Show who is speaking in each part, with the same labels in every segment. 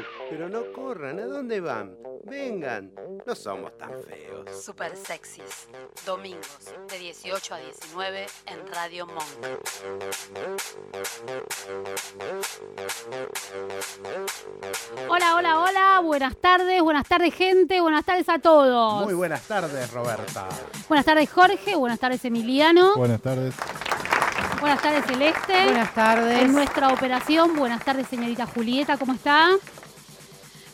Speaker 1: Eh, Pero no corran, ¿a dónde van? Vengan, no somos tan feos.
Speaker 2: Super sexys. Domingos de 18 a 19 en Radio Monk.
Speaker 3: Hola, hola, hola, buenas tardes, buenas tardes gente, buenas tardes a todos.
Speaker 4: Muy buenas tardes, Roberta.
Speaker 3: Buenas tardes Jorge, buenas tardes Emiliano,
Speaker 5: Buenas tardes.
Speaker 3: buenas tardes Celeste.
Speaker 6: Buenas tardes.
Speaker 3: En nuestra operación, buenas tardes señorita Julieta, ¿cómo está?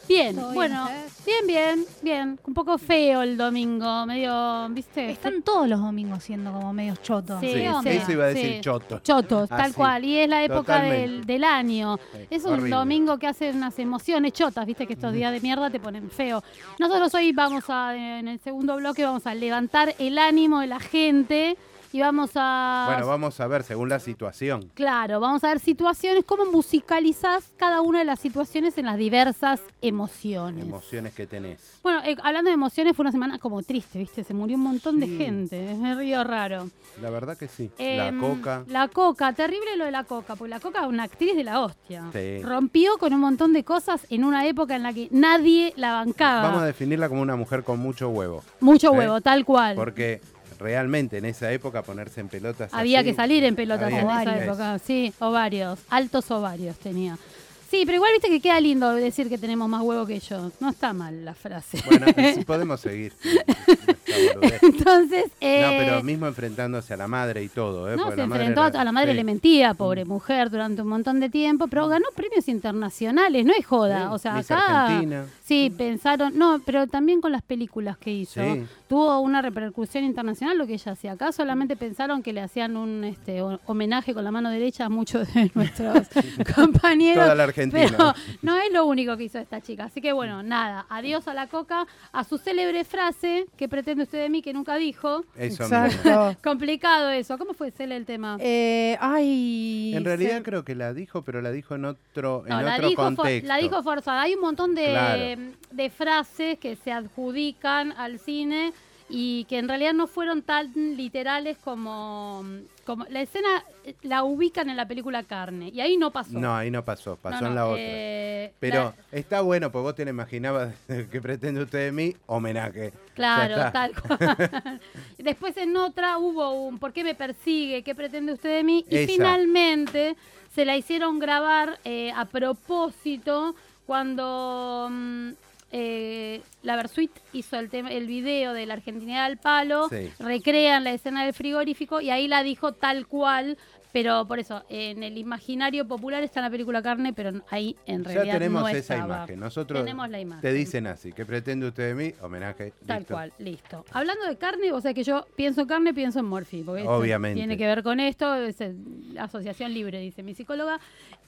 Speaker 3: Bien,
Speaker 6: ¿Todo bien,
Speaker 3: bueno,
Speaker 6: ustedes?
Speaker 3: bien, bien, bien. Un poco feo el domingo, medio, ¿viste?
Speaker 6: Están todos los domingos siendo como medios chotos.
Speaker 3: Sí,
Speaker 6: ¿Qué onda?
Speaker 3: sí.
Speaker 1: eso iba a decir
Speaker 3: sí.
Speaker 1: choto.
Speaker 3: chotos,
Speaker 1: Ah,
Speaker 3: tal
Speaker 1: sí,
Speaker 3: cual. Y es la época del,
Speaker 1: totalmente.
Speaker 3: del año.
Speaker 1: Sí,
Speaker 3: Es un
Speaker 1: horrible.
Speaker 3: domingo que hace unas emociones chotas, viste que estos días de mierda te ponen feo. Nosotros hoy vamos a, en el segundo bloque, vamos a levantar el ánimo de la gente y vamos a...
Speaker 1: Bueno, vamos a ver según la situación.
Speaker 3: Claro, vamos a ver situaciones, cómo musicalizás cada una de las situaciones en las diversas emociones.
Speaker 1: Emociones que tenés.
Speaker 3: Bueno, eh, hablando de emociones, fue una semana como triste, ¿viste? Se murió un montón de
Speaker 1: Sí.
Speaker 3: gente, es medio raro.
Speaker 1: La verdad que sí.
Speaker 3: Em,
Speaker 1: la coca.
Speaker 3: La coca, terrible lo de la coca, porque la coca es una actriz de la hostia.
Speaker 1: Sí.
Speaker 3: Rompió con un montón de cosas en una época en la que nadie la bancaba.
Speaker 1: Vamos a definirla como una mujer con mucho huevo.
Speaker 3: Mucho
Speaker 1: Sí.
Speaker 3: huevo, tal cual.
Speaker 1: Porque realmente en esa época ponerse en pelotas.
Speaker 3: Había
Speaker 1: así,
Speaker 3: que salir en pelotas
Speaker 1: había
Speaker 3: en
Speaker 1: que
Speaker 3: esa
Speaker 1: salir.
Speaker 3: época, sí, ovarios, altos ovarios tenía. Sí, pero igual viste que queda lindo decir que tenemos más huevo que yo. No está mal la frase.
Speaker 1: Bueno, sí, podemos seguir. Esta boludez.
Speaker 3: Entonces, eh,
Speaker 1: No, pero mismo enfrentándose a la madre y todo, ¿eh?
Speaker 3: no,
Speaker 1: Porque
Speaker 3: se
Speaker 1: la madre
Speaker 3: enfrentó
Speaker 1: era-
Speaker 3: a la madre,
Speaker 1: sí.
Speaker 3: le mentía, pobre mujer, durante un montón de tiempo, pero ganó premios internacionales, no es joda.
Speaker 1: Sí,
Speaker 3: o sea,
Speaker 1: Miss
Speaker 3: acá
Speaker 1: Argentina.
Speaker 3: sí pensaron, no, pero también con las películas que hizo.
Speaker 1: Sí.
Speaker 3: Tuvo una repercusión internacional lo que ella hacía. Acá solamente pensaron que le hacían un este, ho- homenaje con la mano derecha a muchos de nuestros compañeros.
Speaker 1: Toda la Argentina.
Speaker 3: Pero no es lo único que hizo esta chica. Así que bueno, nada, adiós a la coca, a su célebre frase que pretende usted de mí que nunca dijo.
Speaker 1: Eso mismo.
Speaker 6: Exacto.
Speaker 3: Complicado eso. ¿Cómo fue Cele el tema?
Speaker 6: Eh, ay.
Speaker 1: En realidad
Speaker 6: se-
Speaker 1: creo que la dijo, pero la dijo en otro, en
Speaker 3: No,
Speaker 1: otro
Speaker 3: la, dijo for-
Speaker 1: contexto.
Speaker 3: la dijo forzada. Hay un montón de,
Speaker 1: Claro.
Speaker 3: de frases que se adjudican al cine y que en realidad no fueron tan literales como, como la escena eh, la ubican en la película Carne y ahí no pasó.
Speaker 1: No, ahí no pasó, pasó
Speaker 3: No, no,
Speaker 1: en la otra.
Speaker 3: eh,
Speaker 1: Pero
Speaker 3: la-
Speaker 1: está bueno, porque vos te lo imaginabas que pretende usted de mí, homenaje. Ya
Speaker 3: claro,
Speaker 1: está.
Speaker 3: tal cual. Después en otra hubo un ¿por qué me persigue? ¿Qué pretende usted de mí? Y
Speaker 1: Esa.
Speaker 3: finalmente se la hicieron grabar eh, a propósito cuando mm, eh, la Versuit hizo el, tema- el video de la Argentina al palo,
Speaker 1: Sí.
Speaker 3: recrean la escena del frigorífico y ahí la dijo tal cual. Pero por eso, en el imaginario popular está la película Carne, pero ahí en
Speaker 1: Ya
Speaker 3: realidad
Speaker 1: tenemos
Speaker 3: no
Speaker 1: esa
Speaker 3: estaba.
Speaker 1: imagen. Nosotros
Speaker 3: Tenemos la imagen.
Speaker 1: te dicen así, que pretende usted de mí, homenaje.
Speaker 3: Tal
Speaker 1: listo.
Speaker 3: cual, listo. Hablando de carne, o sea que yo pienso en carne, pienso en Morphy. Porque esto
Speaker 1: Obviamente.
Speaker 3: Tiene que ver con esto, es eh, asociación libre, dice mi psicóloga.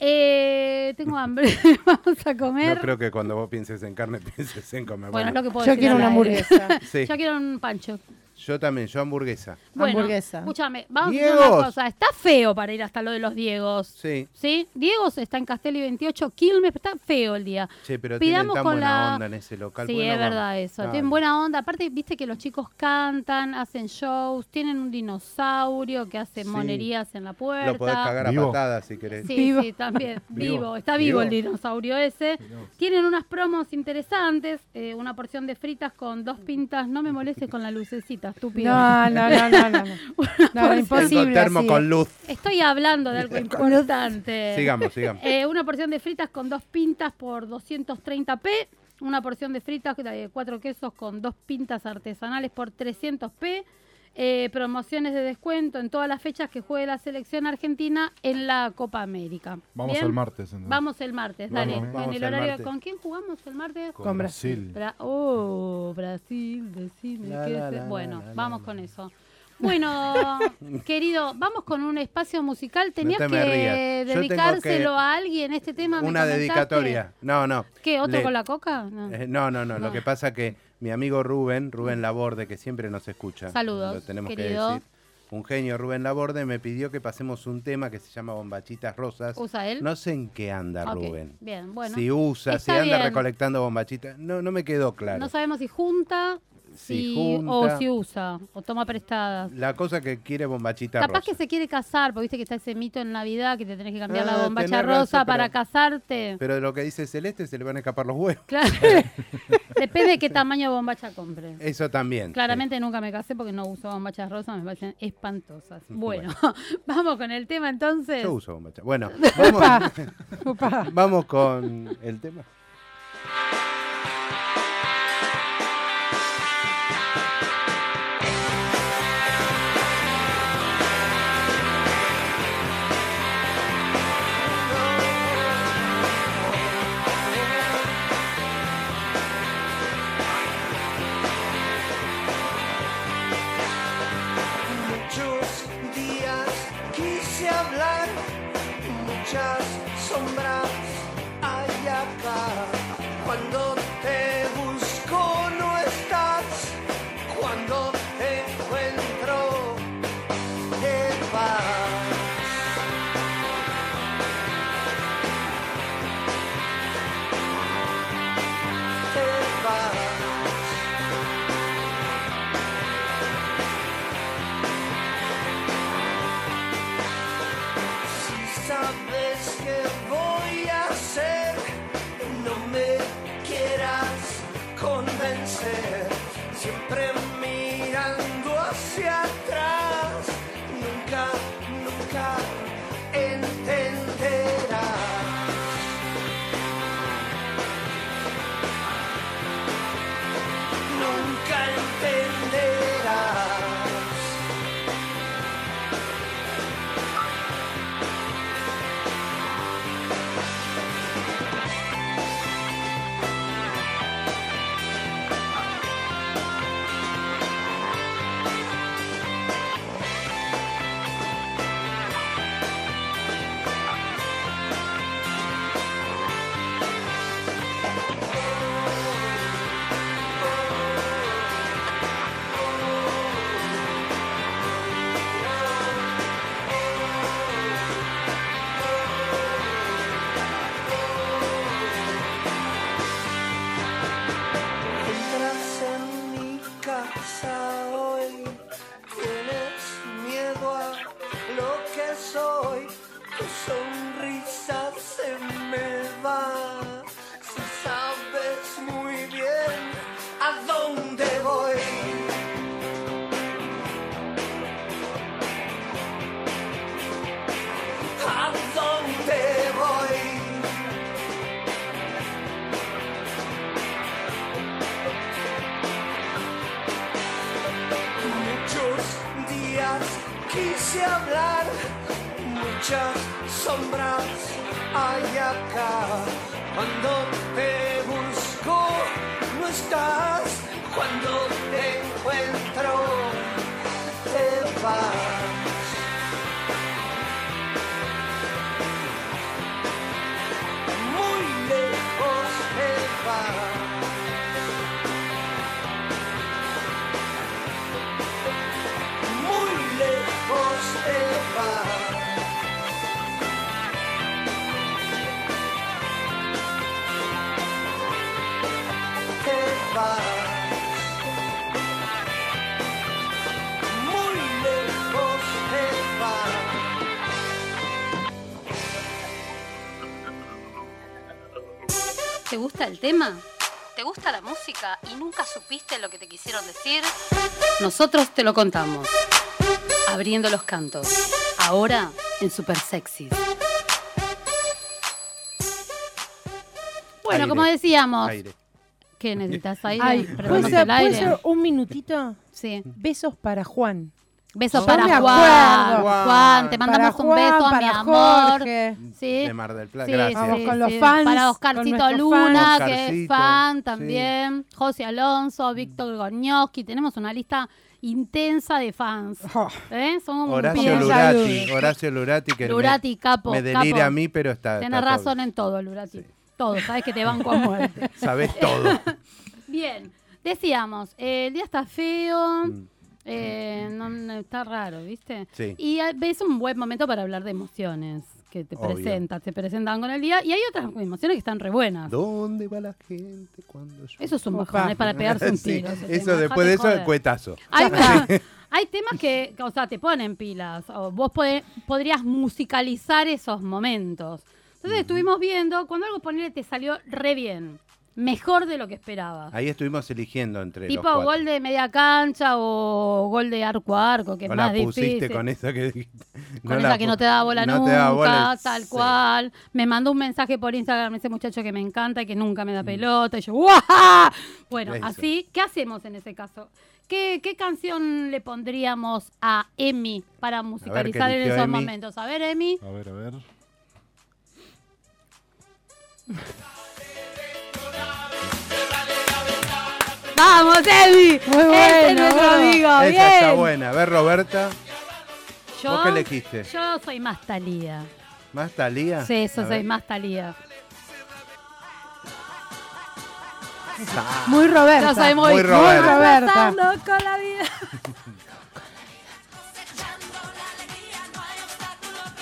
Speaker 3: Eh, tengo hambre, vamos a comer.
Speaker 1: No creo que cuando vos pienses en carne pienses en comer.
Speaker 3: Bueno, es lo que puedo
Speaker 6: Yo
Speaker 3: decir
Speaker 6: quiero
Speaker 3: al
Speaker 6: una
Speaker 3: aire.
Speaker 6: hamburguesa.
Speaker 1: sí,
Speaker 3: Yo quiero un pancho.
Speaker 1: yo también, yo hamburguesa.
Speaker 3: Bueno,
Speaker 6: Hamburguesa.
Speaker 3: escúchame, vamos a hacer
Speaker 1: ¡Diegos!
Speaker 3: una cosa. Está feo para ir hasta lo de los Diegos.
Speaker 1: Sí.
Speaker 3: ¿Sí? Diegos está en Castelli 28, Quilmes, está feo el día.
Speaker 1: Che, pero
Speaker 3: Pidamos
Speaker 1: tienen tan
Speaker 3: con
Speaker 1: buena
Speaker 3: la-
Speaker 1: onda en ese local.
Speaker 3: Sí,
Speaker 1: bueno,
Speaker 3: es
Speaker 1: vamos.
Speaker 3: verdad eso.
Speaker 1: Dale.
Speaker 3: Tienen buena onda. Aparte, viste que los chicos cantan, hacen shows, tienen un dinosaurio que hace
Speaker 1: Sí.
Speaker 3: monerías en la puerta.
Speaker 1: Lo podés cagar a
Speaker 5: Vivo.
Speaker 1: patadas si querés.
Speaker 3: Sí,
Speaker 6: Vivo.
Speaker 3: sí, también. vivo.
Speaker 5: Vivo.
Speaker 3: Está vivo,
Speaker 1: Vivo.
Speaker 3: el dinosaurio ese. Tienen unas promos interesantes. eh, una porción de fritas con dos pintas. No me molestes con la lucecita, estúpido.
Speaker 6: No, no, no, no. No, no, no,
Speaker 1: Tengo
Speaker 6: imposible.
Speaker 1: termo
Speaker 6: así.
Speaker 1: con luz.
Speaker 3: Estoy hablando de algo importante.
Speaker 1: Sigamos, sigamos.
Speaker 3: Eh, una porción de fritas con dos pintas por 230p. Una porción de fritas de cuatro quesos con dos pintas artesanales por 300p. eh, promociones de descuento en todas las fechas que juegue la selección argentina en la Copa América.
Speaker 5: Vamos
Speaker 3: ¿Bien?
Speaker 5: al martes. entonces.
Speaker 3: Vamos el martes, dale.
Speaker 1: Vamos, vamos
Speaker 3: en el
Speaker 1: el
Speaker 3: horario,
Speaker 1: martes.
Speaker 3: ¿Con quién jugamos el martes?
Speaker 5: con,
Speaker 6: Con
Speaker 5: Brasil.
Speaker 3: Bra- oh, Brasil, decime
Speaker 1: La,
Speaker 3: qué
Speaker 1: la,
Speaker 3: es el-
Speaker 1: la,
Speaker 3: Bueno,
Speaker 1: la, la,
Speaker 3: vamos
Speaker 1: la.
Speaker 3: con eso. Bueno, querido, vamos con un espacio musical. Tenías
Speaker 1: te me
Speaker 3: que
Speaker 1: rías. Yo tengo que-
Speaker 3: dedicárselo a alguien este tema. me
Speaker 1: Una
Speaker 3: comentaste.
Speaker 1: dedicatoria. No, no.
Speaker 3: ¿Qué? ¿Otro
Speaker 1: Le-
Speaker 3: con la coca? No.
Speaker 1: Eh, No, no, no.
Speaker 3: Ah.
Speaker 1: Lo que pasa que mi amigo Rubén, Rubén Laborde, que siempre nos escucha.
Speaker 3: Saludos,
Speaker 1: Lo tenemos
Speaker 3: querido.
Speaker 1: que decir. un genio Rubén Laborde, me pidió que pasemos un tema que se llama Bombachitas Rosas.
Speaker 3: ¿Usa él?
Speaker 1: No sé en qué anda
Speaker 3: Ok,
Speaker 1: Rubén.
Speaker 3: Bien, bueno.
Speaker 1: Si usa, si
Speaker 3: Está
Speaker 1: anda
Speaker 3: bien.
Speaker 1: recolectando bombachitas. No, no me quedó claro.
Speaker 3: No sabemos si junta,
Speaker 1: Si
Speaker 3: si-
Speaker 1: junta.
Speaker 3: o si usa, o toma prestadas.
Speaker 1: La cosa que quiere bombachita
Speaker 3: Capaz
Speaker 1: rosa.
Speaker 3: que se quiere casar, porque viste que está ese mito en Navidad que te tenés que cambiar
Speaker 1: Ah,
Speaker 3: la bombacha
Speaker 1: tenés
Speaker 3: rosa
Speaker 1: razón,
Speaker 3: para
Speaker 1: pero-
Speaker 3: casarte.
Speaker 1: Pero de lo que dice Celeste se le van a escapar los huevos.
Speaker 3: Claro. Depende de qué tamaño de bombacha compre.
Speaker 1: Eso también.
Speaker 3: Claramente nunca me casé porque no uso bombachas rosas, me parecen espantosas. Bueno, vamos con el tema
Speaker 1: Sí.
Speaker 3: entonces.
Speaker 1: Yo uso bombacha. Bueno, vamos,
Speaker 6: Upa.
Speaker 1: vamos con el tema.
Speaker 7: Muchos días quise hablar, muchas sombras hay acá. Cuando te busco no estás, cuando te encuentro te vas. Te vas. Si sabes que voy a hacer, no me quieras convencer. Siempre mirando hacia atrás, nunca, nunca entenderás. Nunca entenderás. Entras en mi casa hoy, tienes miedo a lo que soy, tu sonrisa se me va, si sabes muy bien a dónde voy. ¿A dónde voy? Muchos días quise hablar, muchas sombras hay acá. Cuando te busco, no estás. Cuando te encuentro, te vas. Muy lejos te vas. muy lejos te vas. Te vas. Muy lejos te vas.
Speaker 3: ¿Te gusta el tema? ¿Te gusta la música y nunca supiste lo que te quisieron decir? Nosotros te lo contamos. Abriendo los cantos. Ahora en Super Sexy. Bueno,
Speaker 1: Aire.
Speaker 3: como decíamos,
Speaker 1: Aire.
Speaker 3: que necesitas aire.
Speaker 6: Ay,
Speaker 3: Preparamos
Speaker 6: ¿puede ser,
Speaker 3: el aire.
Speaker 6: puede ser un minutito?
Speaker 3: Sí.
Speaker 1: Mm.
Speaker 6: Besos para Juan.
Speaker 3: Besos
Speaker 6: Yo
Speaker 3: para
Speaker 6: me
Speaker 3: Juan.
Speaker 6: acuerdo.
Speaker 3: Juan, te mandamos
Speaker 6: para
Speaker 3: un beso
Speaker 6: Juan,
Speaker 3: a mi
Speaker 6: para
Speaker 3: amor.
Speaker 6: Jorge.
Speaker 3: Sí.
Speaker 1: De Mar del Plata.
Speaker 3: Sí,
Speaker 1: Gracias.
Speaker 6: Vamos con los fans,
Speaker 3: Para
Speaker 6: con
Speaker 3: Oscarcito
Speaker 6: nuestros
Speaker 3: Luna,
Speaker 1: fans.
Speaker 3: que es
Speaker 1: Oscarcito,
Speaker 3: fan
Speaker 1: sí. Mm.
Speaker 3: también. José Alonso, Víctor Gornioski. Tenemos una lista intensa de fans.
Speaker 6: Oh.
Speaker 3: ¿Eh? Son como un
Speaker 1: Horacio
Speaker 3: pibe.
Speaker 6: Bien,
Speaker 1: Lurati.
Speaker 6: saludos.
Speaker 1: Horacio Lurati. Que me-
Speaker 3: Lurati, capo,
Speaker 1: Me delira
Speaker 3: capo.
Speaker 1: a mí, pero está.
Speaker 3: Tenés
Speaker 1: está todo.
Speaker 3: razón en todo, Lurati. Todo, sabes que te banco a muerte.
Speaker 1: Sabés todo.
Speaker 3: Bien, decíamos, eh, el día está feo. Eh, no, no, está raro, ¿viste?
Speaker 1: Mm. Sí.
Speaker 3: Y a- es un buen momento para hablar de emociones que te
Speaker 1: Obvio.
Speaker 3: presentan, te presentan con el día. Y hay otras emociones que están re buenas.
Speaker 1: ¿Dónde va la gente cuando yo?
Speaker 3: Eso es un
Speaker 6: Opa.
Speaker 3: bajón, es para pegarse un tiro.
Speaker 1: Sí,
Speaker 3: ese tema,
Speaker 1: eso después
Speaker 3: dejate
Speaker 1: de eso, el
Speaker 3: joder.
Speaker 1: cuetazo.
Speaker 3: Hay, hay temas que, o sea, te ponen pilas. O vos podés- podrías musicalizar esos momentos. Entonces estuvimos viendo, cuando algo ponele te salió re bien. Mejor de lo que esperabas.
Speaker 1: Ahí estuvimos eligiendo entre los
Speaker 3: Tipo
Speaker 1: cuatro.
Speaker 3: gol de media cancha o gol de arco a arco, que es
Speaker 1: No
Speaker 3: más
Speaker 1: la pusiste
Speaker 3: difícil.
Speaker 1: con esa que dijiste.
Speaker 3: Con
Speaker 1: la
Speaker 3: esa que
Speaker 1: pu-
Speaker 3: no te daba bola
Speaker 1: no
Speaker 3: nunca,
Speaker 1: te daba bola.
Speaker 3: tal
Speaker 1: Sí.
Speaker 3: cual. Me mandó un mensaje por Instagram ese muchacho que me encanta y que nunca me da pelota. Y yo, ¡guau! Bueno,
Speaker 1: Mm. Eso.
Speaker 3: así, ¿qué hacemos en ese caso? ¿Qué, qué canción le pondríamos a Emi para musicalizar en
Speaker 1: eligió
Speaker 3: esos
Speaker 1: Emi.
Speaker 3: momentos? A ver, Emi.
Speaker 2: A ver, a ver.
Speaker 3: ¡Vamos, Emi!
Speaker 6: Muy
Speaker 3: Ese es
Speaker 6: bueno,
Speaker 3: nuestro
Speaker 6: bueno.
Speaker 3: amigo,
Speaker 1: Esa
Speaker 3: bien.
Speaker 1: está buena. A ver, Roberta,
Speaker 3: Yo,
Speaker 1: ¿vos qué elegiste?
Speaker 3: yo soy más talía.
Speaker 1: ¿Más Talía?
Speaker 3: Sí, eso
Speaker 1: A
Speaker 3: soy
Speaker 1: ver.
Speaker 3: más talía.
Speaker 6: Muy Roberta.
Speaker 3: Yo soy muy,
Speaker 1: Muy Roberta.
Speaker 6: Muy Roberta.
Speaker 3: Pasando con la vida.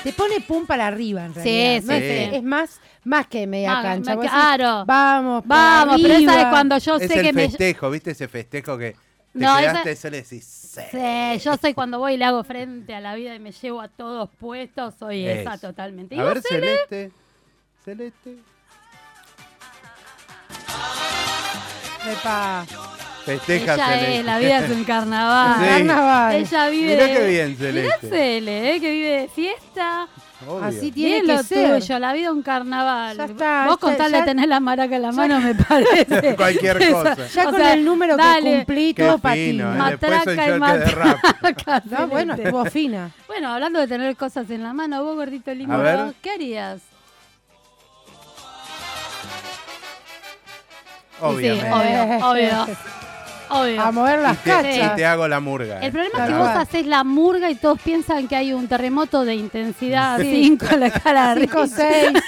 Speaker 6: Te pone pum para arriba, en
Speaker 3: Sí,
Speaker 6: realidad.
Speaker 3: sí,
Speaker 6: No es,
Speaker 1: sí.
Speaker 6: es más, más que media
Speaker 3: Más-
Speaker 6: cancha.
Speaker 3: más-
Speaker 6: Vos decís,
Speaker 3: claro.
Speaker 6: Vamos, para
Speaker 3: Vamos, pero esa es
Speaker 6: arriba.
Speaker 3: cuando yo
Speaker 1: es
Speaker 3: sé
Speaker 1: el
Speaker 3: que me...
Speaker 1: festejo, ¿viste? Ese festejo que te
Speaker 3: No, esa-
Speaker 1: quedaste solo y decís, "Sí".
Speaker 3: Sí, yo soy cuando voy y le hago frente a la vida y me llevo a todos puestos, soy esa
Speaker 1: Eso.
Speaker 3: totalmente. Y
Speaker 1: A
Speaker 3: vos,
Speaker 1: ver,
Speaker 3: Cele,
Speaker 1: Celeste. Celeste.
Speaker 6: Epa.
Speaker 1: Festeja,
Speaker 3: ella
Speaker 1: Celeste.
Speaker 3: es, la vida es un carnaval.
Speaker 1: Sí.
Speaker 6: Carnaval.
Speaker 3: Ella vive...
Speaker 1: Mirá qué bien,
Speaker 3: Mirá
Speaker 1: Celeste.
Speaker 3: Cele, eh, que vive de fiesta.
Speaker 1: Obvio.
Speaker 6: Así tiene
Speaker 3: Bien lo
Speaker 6: que ser.
Speaker 3: tuyo, la vida es un carnaval.
Speaker 6: Ya está,
Speaker 3: vos con
Speaker 6: ya-
Speaker 3: tal de
Speaker 6: ya-
Speaker 3: tener la maraca en la mano, me parece.
Speaker 1: Cualquier cosa.
Speaker 6: Ya
Speaker 3: O
Speaker 6: con
Speaker 3: sea,
Speaker 6: el número
Speaker 3: dale.
Speaker 6: que cumplí,
Speaker 1: Qué
Speaker 6: todo
Speaker 1: fino,
Speaker 6: patina.
Speaker 1: ¿eh? Después soy
Speaker 3: Matraca y
Speaker 1: yo el que derrapa.
Speaker 3: matraca.
Speaker 6: No, bueno,
Speaker 3: Celeste.
Speaker 6: estuvo fina.
Speaker 3: Bueno, hablando de tener cosas en la mano, vos gordito lindo,
Speaker 1: A ver.
Speaker 3: ¿qué harías?
Speaker 1: Obviamente.
Speaker 3: Sí, obvio, obvio. Obvio.
Speaker 6: A mover las
Speaker 1: y, te,
Speaker 6: cachas.
Speaker 1: y te hago la murga.
Speaker 3: El
Speaker 1: eh.
Speaker 3: problema es
Speaker 1: Te
Speaker 3: que
Speaker 1: la
Speaker 3: vos
Speaker 1: hago.
Speaker 3: haces la murga y todos piensan que hay un terremoto de intensidad 5 en la cara de
Speaker 6: Cinco,
Speaker 3: Rico.
Speaker 6: seis.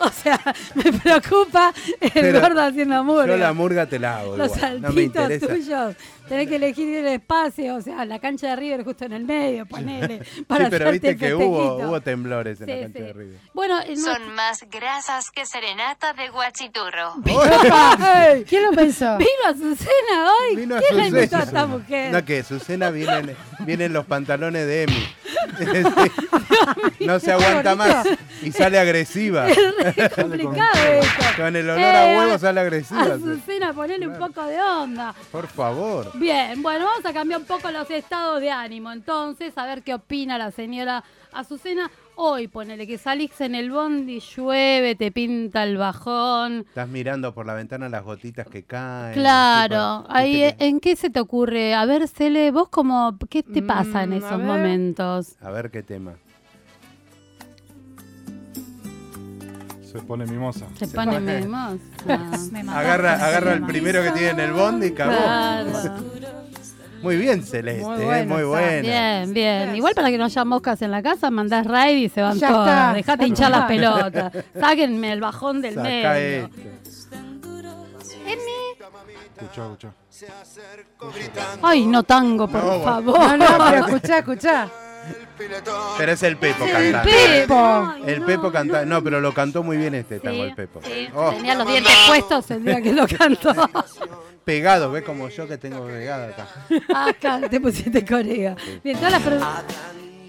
Speaker 3: O sea, me preocupa el
Speaker 1: Pero
Speaker 3: gordo haciendo murga.
Speaker 1: Yo la murga te la hago.
Speaker 3: Los
Speaker 1: igual, No me
Speaker 3: saltitos
Speaker 1: interesa.
Speaker 3: tuyos, tenés que elegir el espacio, o sea, la cancha de River justo en el medio, ponele.
Speaker 1: Sí,
Speaker 3: Para
Speaker 1: pero
Speaker 3: hacerte
Speaker 1: viste
Speaker 3: el
Speaker 1: que hubo,
Speaker 3: festejito.
Speaker 1: hubo temblores en la
Speaker 3: Sí,
Speaker 1: cancha
Speaker 3: sí.
Speaker 1: de River.
Speaker 3: Bueno, el nuestro-
Speaker 5: Son más grasas que serenata de guachiturro.
Speaker 6: Ey, ¿Quién lo pensó?
Speaker 3: vino Azucena hoy.
Speaker 1: Vino a
Speaker 3: ¿Quién la invitó a
Speaker 1: Azucena.
Speaker 3: esta mujer?
Speaker 1: No, que Susana vienen, vienen los pantalones de Emi. no se aguanta más y sale agresiva.
Speaker 3: Es complicado eso.
Speaker 1: Con el olor a
Speaker 3: Eh,
Speaker 1: huevo sale agresiva.
Speaker 3: Azucena, ponele un poco de onda.
Speaker 1: Por favor.
Speaker 3: Bien, bueno, vamos a cambiar un poco los estados de ánimo. Entonces, a ver qué opina la señora Azucena. Hoy, ponele que salís en el bondi, llueve, te pinta el bajón.
Speaker 1: Estás mirando por la ventana las gotitas que caen.
Speaker 3: Claro,
Speaker 1: tipo,
Speaker 3: ahí
Speaker 1: viste que-
Speaker 3: ¿en qué se te ocurre? A ver, Cele, vos como, ¿qué te pasa en
Speaker 6: Mm, a
Speaker 3: esos
Speaker 6: ver.
Speaker 3: momentos?
Speaker 1: A ver qué tema.
Speaker 2: Se pone mimosa.
Speaker 3: Se pone mimos.
Speaker 8: Me mataste
Speaker 1: Agarra,
Speaker 8: con ese
Speaker 1: agarra el
Speaker 8: tema.
Speaker 1: primero que tiene en el bondi y cagó.
Speaker 3: Claro.
Speaker 1: Muy bien, Celeste, eh, muy
Speaker 6: Muy
Speaker 1: buena.
Speaker 6: bueno, está.
Speaker 3: Bien, bien. Igual para que no haya moscas en la casa, mandás raid y se van
Speaker 6: Ya
Speaker 3: todas.
Speaker 6: está.
Speaker 3: Dejate hinchar las pelotas. Sáquenme el bajón del
Speaker 1: Saca
Speaker 3: medio.
Speaker 1: esto.
Speaker 2: Escucha, escucha.
Speaker 3: Ay, no tango, por
Speaker 1: No, bueno.
Speaker 3: favor.
Speaker 6: No, pero escuchá, escuchá.
Speaker 1: Pero es el Pepo
Speaker 3: El
Speaker 1: cantando.
Speaker 3: Pepo. Ay,
Speaker 1: El
Speaker 3: no,
Speaker 1: Pepo canta,
Speaker 3: no.
Speaker 1: no, pero lo cantó muy bien este tango
Speaker 3: Sí,
Speaker 1: el Pepo.
Speaker 3: sí.
Speaker 1: Oh,
Speaker 3: Tenía los dientes puestos el día que lo cantó.
Speaker 1: pegado, ve como yo que tengo pegado acá.
Speaker 3: Acá Ah, te pusiste corega. Bien, todas las preguntas.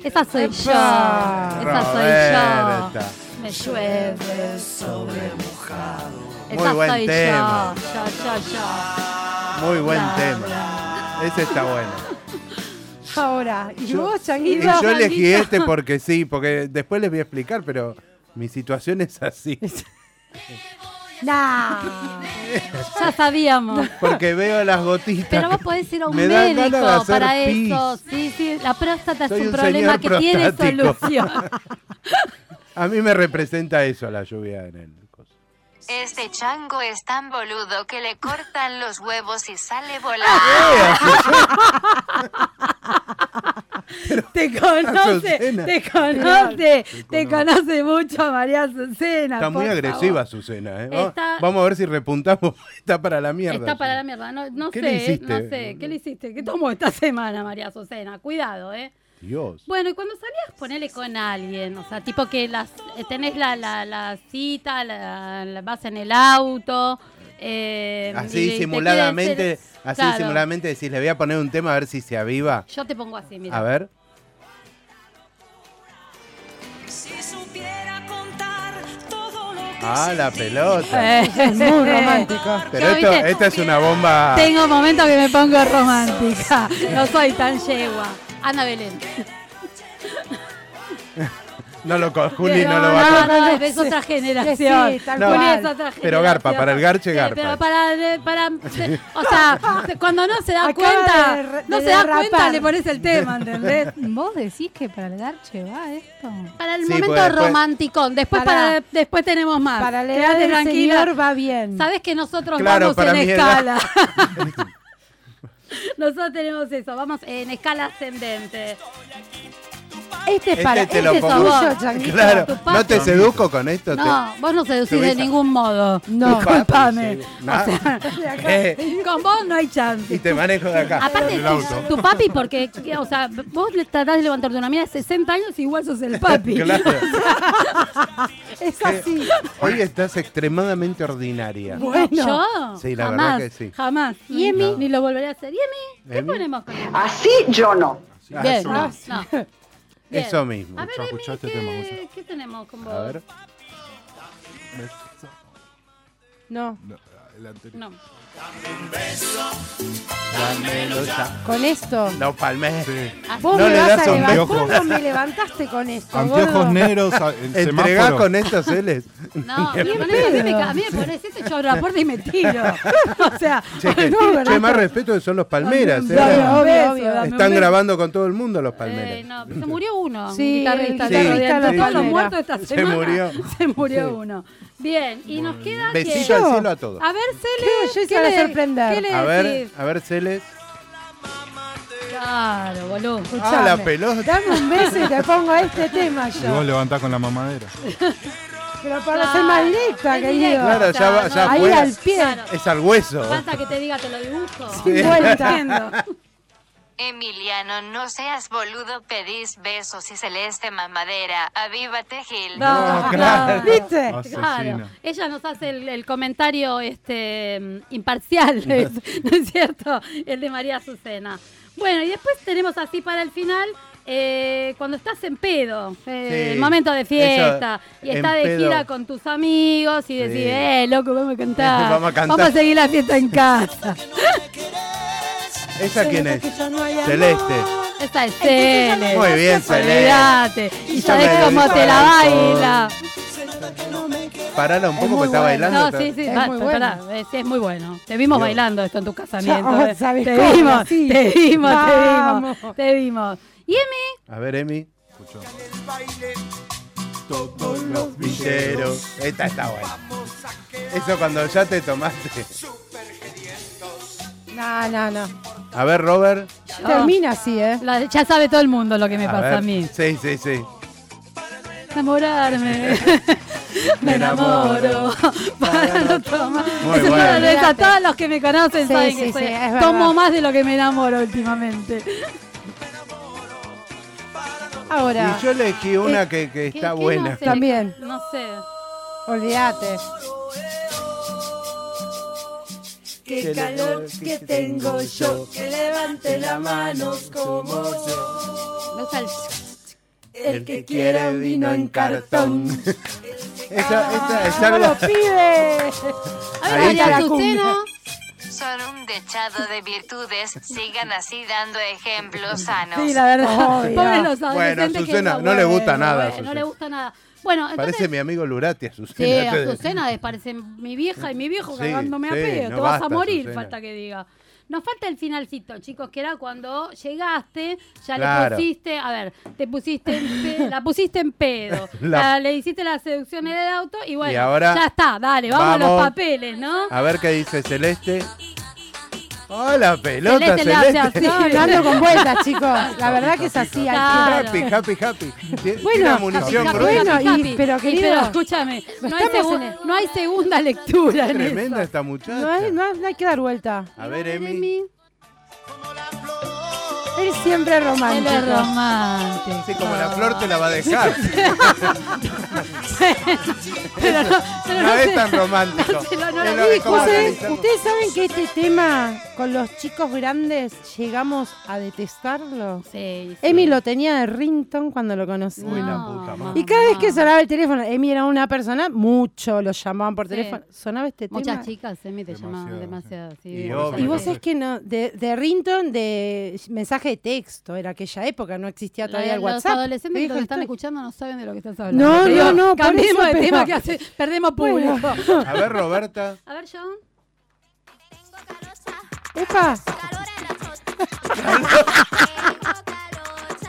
Speaker 3: Esa soy yo. Esa soy
Speaker 1: Roberta.
Speaker 3: yo. Me llueve sobre mojado. Esa
Speaker 1: Muy buen
Speaker 3: soy
Speaker 1: tema.
Speaker 3: yo. Yo, yo, yo.
Speaker 1: Muy buen
Speaker 3: Bla,
Speaker 1: tema. Ese está bueno.
Speaker 6: Ahora, ¿y
Speaker 1: Yo-
Speaker 6: vos,
Speaker 1: Y
Speaker 6: Changuito?
Speaker 3: Iba
Speaker 1: yo elegí
Speaker 3: Juanito.
Speaker 1: este porque sí, porque después les voy a explicar, pero mi situación es así.
Speaker 6: Nah.
Speaker 3: Ya sabíamos.
Speaker 1: Porque veo las gotitas.
Speaker 3: Pero vos podés ir a un
Speaker 1: Me dan ganas de
Speaker 3: médico
Speaker 1: hacer
Speaker 3: para
Speaker 1: pis.
Speaker 3: eso. Sí, sí, la próstata
Speaker 1: Soy
Speaker 3: es un,
Speaker 1: un
Speaker 3: problema
Speaker 1: señor
Speaker 3: que tiene
Speaker 1: prostático.
Speaker 3: solución.
Speaker 1: A mí me representa eso la lluvia en el coso.
Speaker 5: Este chango es tan boludo que le cortan los huevos y sale volando.
Speaker 3: Te conoce,
Speaker 1: Azucena.
Speaker 3: te conoce, te conoce mucho María Azucena.
Speaker 1: Está muy
Speaker 3: por
Speaker 1: agresiva
Speaker 3: favor.
Speaker 1: Azucena. ¿eh? Va-
Speaker 3: Está-
Speaker 1: Vamos a ver si repuntamos. Está para la mierda.
Speaker 3: Está para la mierda, no, no
Speaker 1: ¿Qué
Speaker 3: sé,
Speaker 1: le
Speaker 3: eh, no
Speaker 1: hiciste?
Speaker 3: sé, ¿qué le hiciste? ¿Qué tomó esta semana María Azucena? Cuidado, ¿eh?
Speaker 1: Dios.
Speaker 3: Bueno, y cuando salías, ponele con alguien, o sea, tipo que las, eh, tenés la, la, la cita, la, la- vas en el auto. eh, y- y
Speaker 1: Así
Speaker 3: te
Speaker 1: simuladamente,
Speaker 3: querés ser-
Speaker 1: así
Speaker 3: claro.
Speaker 1: simuladamente decís, le voy a poner un tema a ver si se aviva.
Speaker 3: Yo te pongo así, mira.
Speaker 1: A ver.
Speaker 2: Si supiera contar todo lo que
Speaker 1: Ah, la pelota.
Speaker 3: Eh,
Speaker 6: Es muy romántico.
Speaker 1: Pero
Speaker 3: ya
Speaker 1: esto,
Speaker 3: viste.
Speaker 1: esta es una bomba.
Speaker 3: Tengo momentos que me pongo romántica. No soy tan yegua. Ana Belén.
Speaker 1: No lo con Juli
Speaker 3: Pero
Speaker 1: no lo va a
Speaker 3: no,
Speaker 1: con-
Speaker 3: no, es- es otra generación.
Speaker 6: Sí, tal
Speaker 1: No.
Speaker 3: Juli
Speaker 6: cual.
Speaker 3: es otra generación.
Speaker 1: Pero garpa, para el garche,
Speaker 3: Sí,
Speaker 1: garpa.
Speaker 3: Pero para, de- para de- o sea, de- cuando no se da
Speaker 6: Acaba
Speaker 3: cuenta,
Speaker 6: de re-
Speaker 3: no
Speaker 6: de
Speaker 3: se da
Speaker 6: derrapar.
Speaker 3: cuenta, le pones el tema, ¿entendés?
Speaker 9: ¿Vos decís que para el garche va esto?
Speaker 3: Para el
Speaker 1: Sí,
Speaker 3: momento
Speaker 1: porque después-
Speaker 3: romanticón, después
Speaker 6: Pará.
Speaker 3: para, después tenemos más.
Speaker 6: Para la edad
Speaker 3: Ah, Quédate
Speaker 6: del
Speaker 3: tranquila.
Speaker 6: señor va bien.
Speaker 3: Sabes que nosotros
Speaker 1: Claro,
Speaker 3: vamos
Speaker 1: para
Speaker 3: en
Speaker 1: mi edad.
Speaker 3: escala. nosotros tenemos eso, vamos en escala ascendente.
Speaker 6: Este es
Speaker 1: Este
Speaker 6: para.
Speaker 1: te
Speaker 6: Este,
Speaker 1: lo
Speaker 6: es
Speaker 1: pongo.
Speaker 6: tuyo, Changuito.
Speaker 1: Claro,
Speaker 3: tu papi.
Speaker 1: no te seduco con esto. te-
Speaker 3: No, vos no seducís de
Speaker 1: Luisa.
Speaker 3: ningún modo.
Speaker 6: No.
Speaker 3: Disculpame.
Speaker 1: Tu papi, sí. No. Eh,
Speaker 3: Con vos no hay chance.
Speaker 1: y te manejo de acá.
Speaker 3: Aparte,
Speaker 1: del
Speaker 3: tu,
Speaker 1: auto.
Speaker 3: tu papi, porque, o sea, vos le tratás de levantar una mina de 60 años y igual sos el papi.
Speaker 1: Claro.
Speaker 6: Es así.
Speaker 1: Hoy estás extremadamente ordinaria.
Speaker 6: Bueno.
Speaker 3: Yo
Speaker 1: Sí, la
Speaker 3: jamás,
Speaker 1: verdad que sí.
Speaker 3: jamás. Y Emi ni lo volveré a hacer. Y Emi, ¿qué
Speaker 1: Emi?
Speaker 3: ponemos con Emi?
Speaker 2: Así yo no.
Speaker 1: Ah,
Speaker 3: Bien,
Speaker 1: eso,
Speaker 3: no, no. Bien.
Speaker 1: eso mismo.
Speaker 3: A ver,
Speaker 8: Escuchá,
Speaker 3: Emi,
Speaker 8: escuchá este
Speaker 3: ¿qué,
Speaker 8: tema, escuchá.
Speaker 3: qué tenemos con vos?
Speaker 1: A ver.
Speaker 6: No.
Speaker 3: No.
Speaker 6: Con esto.
Speaker 1: No palmes.
Speaker 6: Vos
Speaker 1: No
Speaker 6: me
Speaker 1: le
Speaker 6: vas
Speaker 1: das
Speaker 6: a levantar.
Speaker 8: anteojos.
Speaker 6: ¿Cómo me levantaste con esto? gordo?
Speaker 8: Anteojos negros, a- el
Speaker 1: Entregá
Speaker 8: semáforo.
Speaker 1: con estos L's.
Speaker 3: No, pero con eso a mí me, ca- a mí me pones esto, yo abro la puerta y me tiro. O sea,
Speaker 1: Che, que-
Speaker 6: No, ¿verdad?
Speaker 1: che, más respeto que son los palmeras. eh.
Speaker 6: Dame un
Speaker 3: Obvio,
Speaker 6: beso,
Speaker 3: obvio,
Speaker 6: dame
Speaker 3: dame
Speaker 6: un
Speaker 1: Están
Speaker 6: beso.
Speaker 1: grabando con todo el mundo los
Speaker 3: eh,
Speaker 1: palmeras.
Speaker 3: no, se murió uno,
Speaker 6: Sí,
Speaker 3: un guitarrista.
Speaker 6: el
Speaker 3: de
Speaker 1: guitarrista
Speaker 3: Rodrigo.
Speaker 6: de la
Speaker 3: Todos los
Speaker 6: palmera.
Speaker 3: muertos de esta semana.
Speaker 1: murió.
Speaker 3: Se murió uno. Bien, y nos queda
Speaker 1: Besito
Speaker 3: que...
Speaker 1: al cielo a todos.
Speaker 3: A ver, Cele,
Speaker 6: Creo yo
Speaker 3: ¿qué
Speaker 6: se van a
Speaker 3: le-
Speaker 6: sorprender.
Speaker 3: ¿Qué le
Speaker 1: A ver,
Speaker 3: decís?
Speaker 1: a ver, Celes.
Speaker 3: Claro, boludo.
Speaker 1: Ah, la
Speaker 6: Escuchame.
Speaker 1: pelota.
Speaker 6: Dame un beso y te pongo este tema
Speaker 8: Y vos
Speaker 6: yo.
Speaker 8: levantás con la mamadera.
Speaker 6: Pero para ser más directa,
Speaker 3: Es directo,
Speaker 6: querido.
Speaker 1: Claro, ya
Speaker 3: o sea,
Speaker 1: va-
Speaker 3: no-
Speaker 1: ya
Speaker 6: Ahí
Speaker 1: fue.
Speaker 6: al pie.
Speaker 3: Claro.
Speaker 1: Es al hueso.
Speaker 3: Falta que te diga, te lo dibujo.
Speaker 6: Sin vuelta.
Speaker 5: Emiliano, no seas boludo, pedís besos y celeste mamadera. Avívate, Gil.
Speaker 3: No,
Speaker 1: claro.
Speaker 6: ¿Viste?
Speaker 3: Claro,
Speaker 8: Asesina.
Speaker 3: ella nos hace el, el comentario este mm, imparcial, es- ¿no es cierto? El de María Azucena. Bueno, y después tenemos así para el final, eh, cuando estás en pedo, eh,
Speaker 1: Sí.
Speaker 3: el momento de fiesta,
Speaker 1: Eso,
Speaker 3: y estás de
Speaker 1: en pedo.
Speaker 3: gira con tus amigos y decís,
Speaker 1: Sí.
Speaker 3: eh, loco, vamos a cantar.
Speaker 1: Vamos a cantar.
Speaker 3: Vamos a seguir la fiesta en casa.
Speaker 1: ¿Esa quién es?
Speaker 6: Que ya no hay amor.
Speaker 1: Celeste.
Speaker 3: Esta es Cele.
Speaker 1: Muy bien, Cele.
Speaker 3: Olvídate. Y
Speaker 1: Yo
Speaker 3: sabés
Speaker 1: me
Speaker 3: cómo te la
Speaker 1: dedico al
Speaker 3: baila.
Speaker 1: Parala un poco
Speaker 6: muy
Speaker 1: porque está
Speaker 6: buena.
Speaker 1: bailando.
Speaker 3: No,
Speaker 1: está-
Speaker 3: sí, sí,
Speaker 6: Es
Speaker 3: va,
Speaker 6: muy
Speaker 3: pa-
Speaker 6: bueno.
Speaker 3: pará, eh, es, es muy bueno. Te vimos
Speaker 1: Dios.
Speaker 3: bailando esto en tu casamiento.
Speaker 6: Ya,
Speaker 3: eh.
Speaker 6: ¿sabes
Speaker 3: te,
Speaker 6: cómo?
Speaker 3: vimos,
Speaker 6: Sí.
Speaker 3: te vimos,
Speaker 6: Vamos.
Speaker 3: te vimos, te vimos. Y Emi,
Speaker 1: A ver, Emi.
Speaker 8: Escuchá.
Speaker 1: Todos los villeros. Esta está buena. Eso cuando ya te tomaste.
Speaker 6: No, no, no.
Speaker 1: A ver, Robert.
Speaker 3: yo-
Speaker 6: Termina así, ¿eh?
Speaker 3: la- ya sabe todo el mundo lo que me
Speaker 1: a
Speaker 3: pasa
Speaker 1: ver.
Speaker 3: a mí.
Speaker 1: Sí, sí, sí.
Speaker 3: Enamorarme. me enamoro. Para no tomar.
Speaker 1: Muy
Speaker 3: Eso
Speaker 1: bueno.
Speaker 3: no lo es, a todos los que me conocen
Speaker 6: Sí,
Speaker 3: saben
Speaker 6: sí,
Speaker 3: que
Speaker 6: sí,
Speaker 3: soy-
Speaker 6: es verdad.
Speaker 3: tomo más de lo que me enamoro últimamente.
Speaker 6: Ahora,
Speaker 1: Y yo elegí una que, que está
Speaker 3: ¿Qué- qué
Speaker 1: buena.
Speaker 3: no sé?
Speaker 6: También.
Speaker 3: No sé.
Speaker 6: olvídate.
Speaker 1: Qué calor que tengo yo, que levante la mano como yo.
Speaker 3: Me gusta el-
Speaker 1: El que quiera vino en cartón. esa, esa es
Speaker 6: Ah, ¡No
Speaker 1: algo.
Speaker 6: lo pide!
Speaker 3: A ver,
Speaker 1: Ahí
Speaker 3: María
Speaker 1: está.
Speaker 3: Azucena.
Speaker 5: Son un dechado de virtudes. Sigan así dando ejemplos sanos.
Speaker 3: Sí, la verdad.
Speaker 6: Obvio.
Speaker 3: Pobres los
Speaker 1: Bueno,
Speaker 3: adolescentes que
Speaker 1: Azucena, no le gusta nada,
Speaker 3: bueno,
Speaker 1: Azucena.
Speaker 3: No le gusta nada. Bueno, entonces.
Speaker 1: Parece mi amigo Lurati, Azucena.
Speaker 3: Sí,
Speaker 1: te-
Speaker 3: Azucena es- parece mi vieja y mi viejo
Speaker 1: Sí,
Speaker 3: cagándome a
Speaker 1: sí,
Speaker 3: pedo.
Speaker 1: no
Speaker 3: Te vas a
Speaker 1: basta,
Speaker 3: morir,
Speaker 1: Azucena.
Speaker 3: falta que diga. Nos falta el finalcito, chicos, que era cuando llegaste, ya
Speaker 1: Claro.
Speaker 3: le pusiste, a ver, te pusiste, en pe- la pusiste en pedo,
Speaker 1: La-
Speaker 3: la- le hiciste la seducción en el auto y bueno,
Speaker 1: Y ahora-
Speaker 3: ya está, dale, vamos, a los
Speaker 1: vamos.
Speaker 3: papeles, ¿no?
Speaker 1: A ver qué dice Celeste. ¡Oh, la pelota,
Speaker 3: Celeste le hace
Speaker 1: Celeste!
Speaker 3: así.
Speaker 6: No ando con vueltas, chicos. La verdad que es así. al
Speaker 3: Claro.
Speaker 1: Happy, happy, happy. Tiene
Speaker 6: Bueno,
Speaker 1: una munición
Speaker 6: happy, happy,
Speaker 1: gruesa.
Speaker 6: bueno, y- pero,
Speaker 3: Y
Speaker 6: querido,
Speaker 3: pero escúchame, no hay,
Speaker 6: estamos
Speaker 3: segu-
Speaker 6: en el-
Speaker 3: no hay segunda lectura en eso.
Speaker 1: Tremenda esta muchacha.
Speaker 6: No hay, no hay- no hay que dar vuelta.
Speaker 1: A ver, Emi.
Speaker 6: Él siempre es
Speaker 10: Él es
Speaker 6: romántico.
Speaker 10: romántico.
Speaker 1: Sí, como la flor te la va a dejar.
Speaker 3: Pero no, pero
Speaker 1: No
Speaker 3: no
Speaker 1: es
Speaker 3: sé.
Speaker 1: tan romántico.
Speaker 3: no, no
Speaker 1: Es
Speaker 3: lo dijo,
Speaker 1: de
Speaker 3: ¿eh?
Speaker 1: cómo
Speaker 6: Ustedes,
Speaker 1: analizarlo.
Speaker 6: ustedes saben que este tema con los chicos grandes llegamos a detestarlo.
Speaker 3: Sí, sí.
Speaker 6: Emi lo tenía de rington cuando lo conocí.
Speaker 11: Uy, la
Speaker 3: No,
Speaker 11: puta
Speaker 3: mamá.
Speaker 11: madre.
Speaker 6: Y cada vez que sonaba el teléfono, Emi era una persona, mucho lo llamaban por
Speaker 3: Sí.
Speaker 6: teléfono. Sonaba este tema.
Speaker 3: Muchas chicas, Emi, te
Speaker 11: Demasiado,
Speaker 3: llamaban demasiado. sí,
Speaker 1: Y
Speaker 3: demasiado.
Speaker 1: obvio.
Speaker 6: Y vos sabés que no, de, de Rington, de mensaje de texto, era aquella época, no existía todavía el
Speaker 3: Los
Speaker 6: WhatsApp.
Speaker 3: adolescentes
Speaker 6: Te
Speaker 3: que nos
Speaker 6: dijo
Speaker 3: están
Speaker 6: esto.
Speaker 3: escuchando no saben de lo que estás hablando.
Speaker 6: No,
Speaker 3: Te
Speaker 6: no,
Speaker 3: digo,
Speaker 6: no, por
Speaker 3: Cambiemos
Speaker 6: eso,
Speaker 3: de tema
Speaker 6: pero-
Speaker 3: que hace- perdemos público.
Speaker 1: A ver, Roberta.
Speaker 3: A ver, John.
Speaker 6: Epa,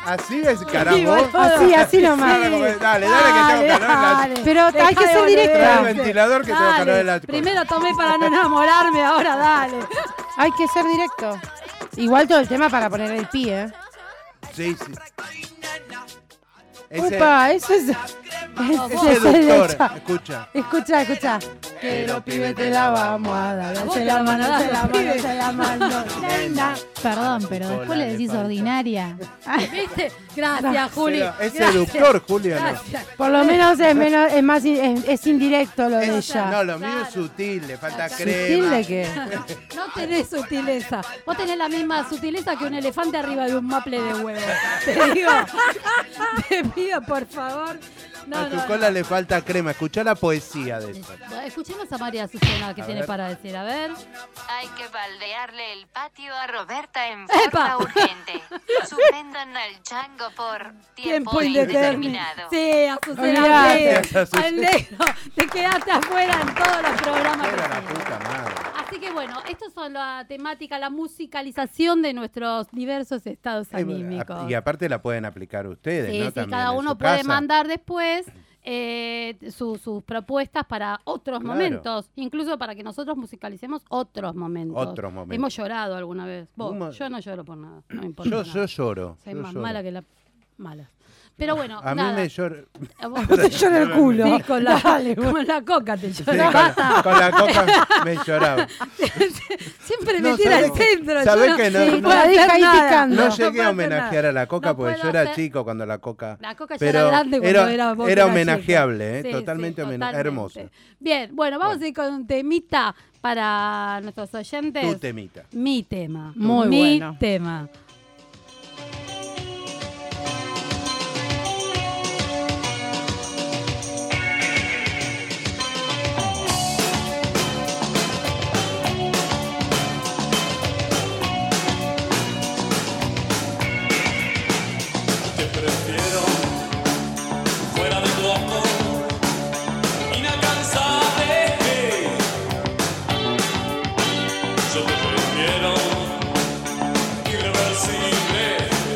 Speaker 1: Así es, carajo.
Speaker 6: así, así nomás.
Speaker 1: Dale, dale, dale, que tengo calor. en la-
Speaker 6: Pero hay que ser
Speaker 1: Trae el
Speaker 6: directa.
Speaker 1: ventilador que tengo calor en la
Speaker 3: Dale, primero tomé para no enamorarme, ahora dale.
Speaker 6: Hay que ser directo. Igual todo el tema para poner el pie, ¿eh?
Speaker 1: Sí, sí. Ese-
Speaker 6: Upa, eso es.
Speaker 1: es
Speaker 6: eso es
Speaker 1: seductor.
Speaker 6: derecha.
Speaker 1: Escucha.
Speaker 6: Escucha, escucha. Que los pibes te la vamos a dar. Se la mano, se la mano, se la mano. Linda.
Speaker 10: Perdón, pero después le decís ordinaria.
Speaker 3: ¿Viste? Gracias, Juli.
Speaker 1: Pero Es
Speaker 3: Gracias.
Speaker 1: seductor, Julia. ¿no?
Speaker 3: Gracias.
Speaker 6: Por lo menos es, menos, es más in- es, es indirecto lo de
Speaker 1: Es- No,
Speaker 6: ella.
Speaker 1: lo mío es sutil, le falta crema.
Speaker 6: Sutil que.
Speaker 3: No tenés sutileza. Vos tenés la misma sutileza que un elefante arriba de un maple de huevo. Te digo. Te pido, por favor. No,
Speaker 1: A tu
Speaker 3: no,
Speaker 1: cola le falta crema. Escucha la poesía de esto.
Speaker 3: no. Escuchemos a María Susana que
Speaker 1: A
Speaker 3: tiene
Speaker 1: ver.
Speaker 3: para decir. A ver.
Speaker 5: Hay que baldearle el patio a Roberta en
Speaker 3: ¡Epa!
Speaker 5: forma urgente. Suspendan al chango por tiempo indeterminado.
Speaker 3: Sí, Azucena.
Speaker 6: Olvidate.
Speaker 3: sí. Al negro. Te quedaste afuera en todos los programas. que
Speaker 1: Era la
Speaker 3: hicimos.
Speaker 1: puta madre.
Speaker 3: Así que bueno, estos son la temática, la musicalización de nuestros diversos estados
Speaker 1: Eh,
Speaker 3: anímicos.
Speaker 1: Y aparte la pueden aplicar ustedes,
Speaker 3: Sí,
Speaker 1: ¿no?
Speaker 3: sí,
Speaker 1: También
Speaker 3: cada
Speaker 1: en
Speaker 3: uno
Speaker 1: su
Speaker 3: puede
Speaker 1: casa.
Speaker 3: mandar después eh, su- sus propuestas para otros
Speaker 1: Claro.
Speaker 3: momentos, incluso para que nosotros musicalicemos otros momentos.
Speaker 1: Otros momentos.
Speaker 3: Hemos llorado alguna vez. Vos,
Speaker 1: Huma-
Speaker 3: yo no lloro por nada, no me importa.
Speaker 1: Yo,
Speaker 3: nada.
Speaker 1: yo lloro.
Speaker 3: Soy
Speaker 1: yo
Speaker 3: más
Speaker 1: lloro.
Speaker 3: mala que la mala. Pero bueno,
Speaker 1: A mí
Speaker 3: nada.
Speaker 1: me llora.
Speaker 3: A vos-
Speaker 6: Te llora el culo.
Speaker 3: Sí, con la, con la coca te
Speaker 1: Sí, con,
Speaker 3: llora.
Speaker 1: la, con la copa me lloraba.
Speaker 3: Siempre
Speaker 1: No,
Speaker 3: me tira al
Speaker 1: ¿sabés que-
Speaker 3: centro. yo
Speaker 1: ¿sabés que no-
Speaker 3: sí,
Speaker 1: no-
Speaker 3: puedo
Speaker 6: La deja
Speaker 3: hacer
Speaker 6: ahí
Speaker 3: nada.
Speaker 6: picando.
Speaker 1: No,
Speaker 6: No,
Speaker 1: llegué
Speaker 3: puedo
Speaker 1: a
Speaker 3: hacer
Speaker 1: homenajear a la coca
Speaker 3: No
Speaker 1: porque yo
Speaker 3: puedo
Speaker 1: era
Speaker 3: hacer-
Speaker 1: chico cuando la coca.
Speaker 3: La coca ya
Speaker 1: Pero
Speaker 3: era grande cuando
Speaker 1: era,
Speaker 3: era vos
Speaker 1: era
Speaker 3: que eras
Speaker 1: homenajeable,
Speaker 3: chico.
Speaker 1: ¿eh?
Speaker 3: Sí,
Speaker 1: totalmente,
Speaker 3: sí,
Speaker 1: homena-
Speaker 3: totalmente.
Speaker 1: hermoso.
Speaker 3: Bien, bueno, vamos
Speaker 1: Bueno.
Speaker 3: a ir con un temita para nuestros oyentes.
Speaker 1: Tu temita.
Speaker 3: Mi tema.
Speaker 6: Muy
Speaker 3: Mi
Speaker 6: bueno.
Speaker 3: tema.
Speaker 2: Te prefiero fuera de tu amor, inalcanzable. Yo te prefiero irreversible.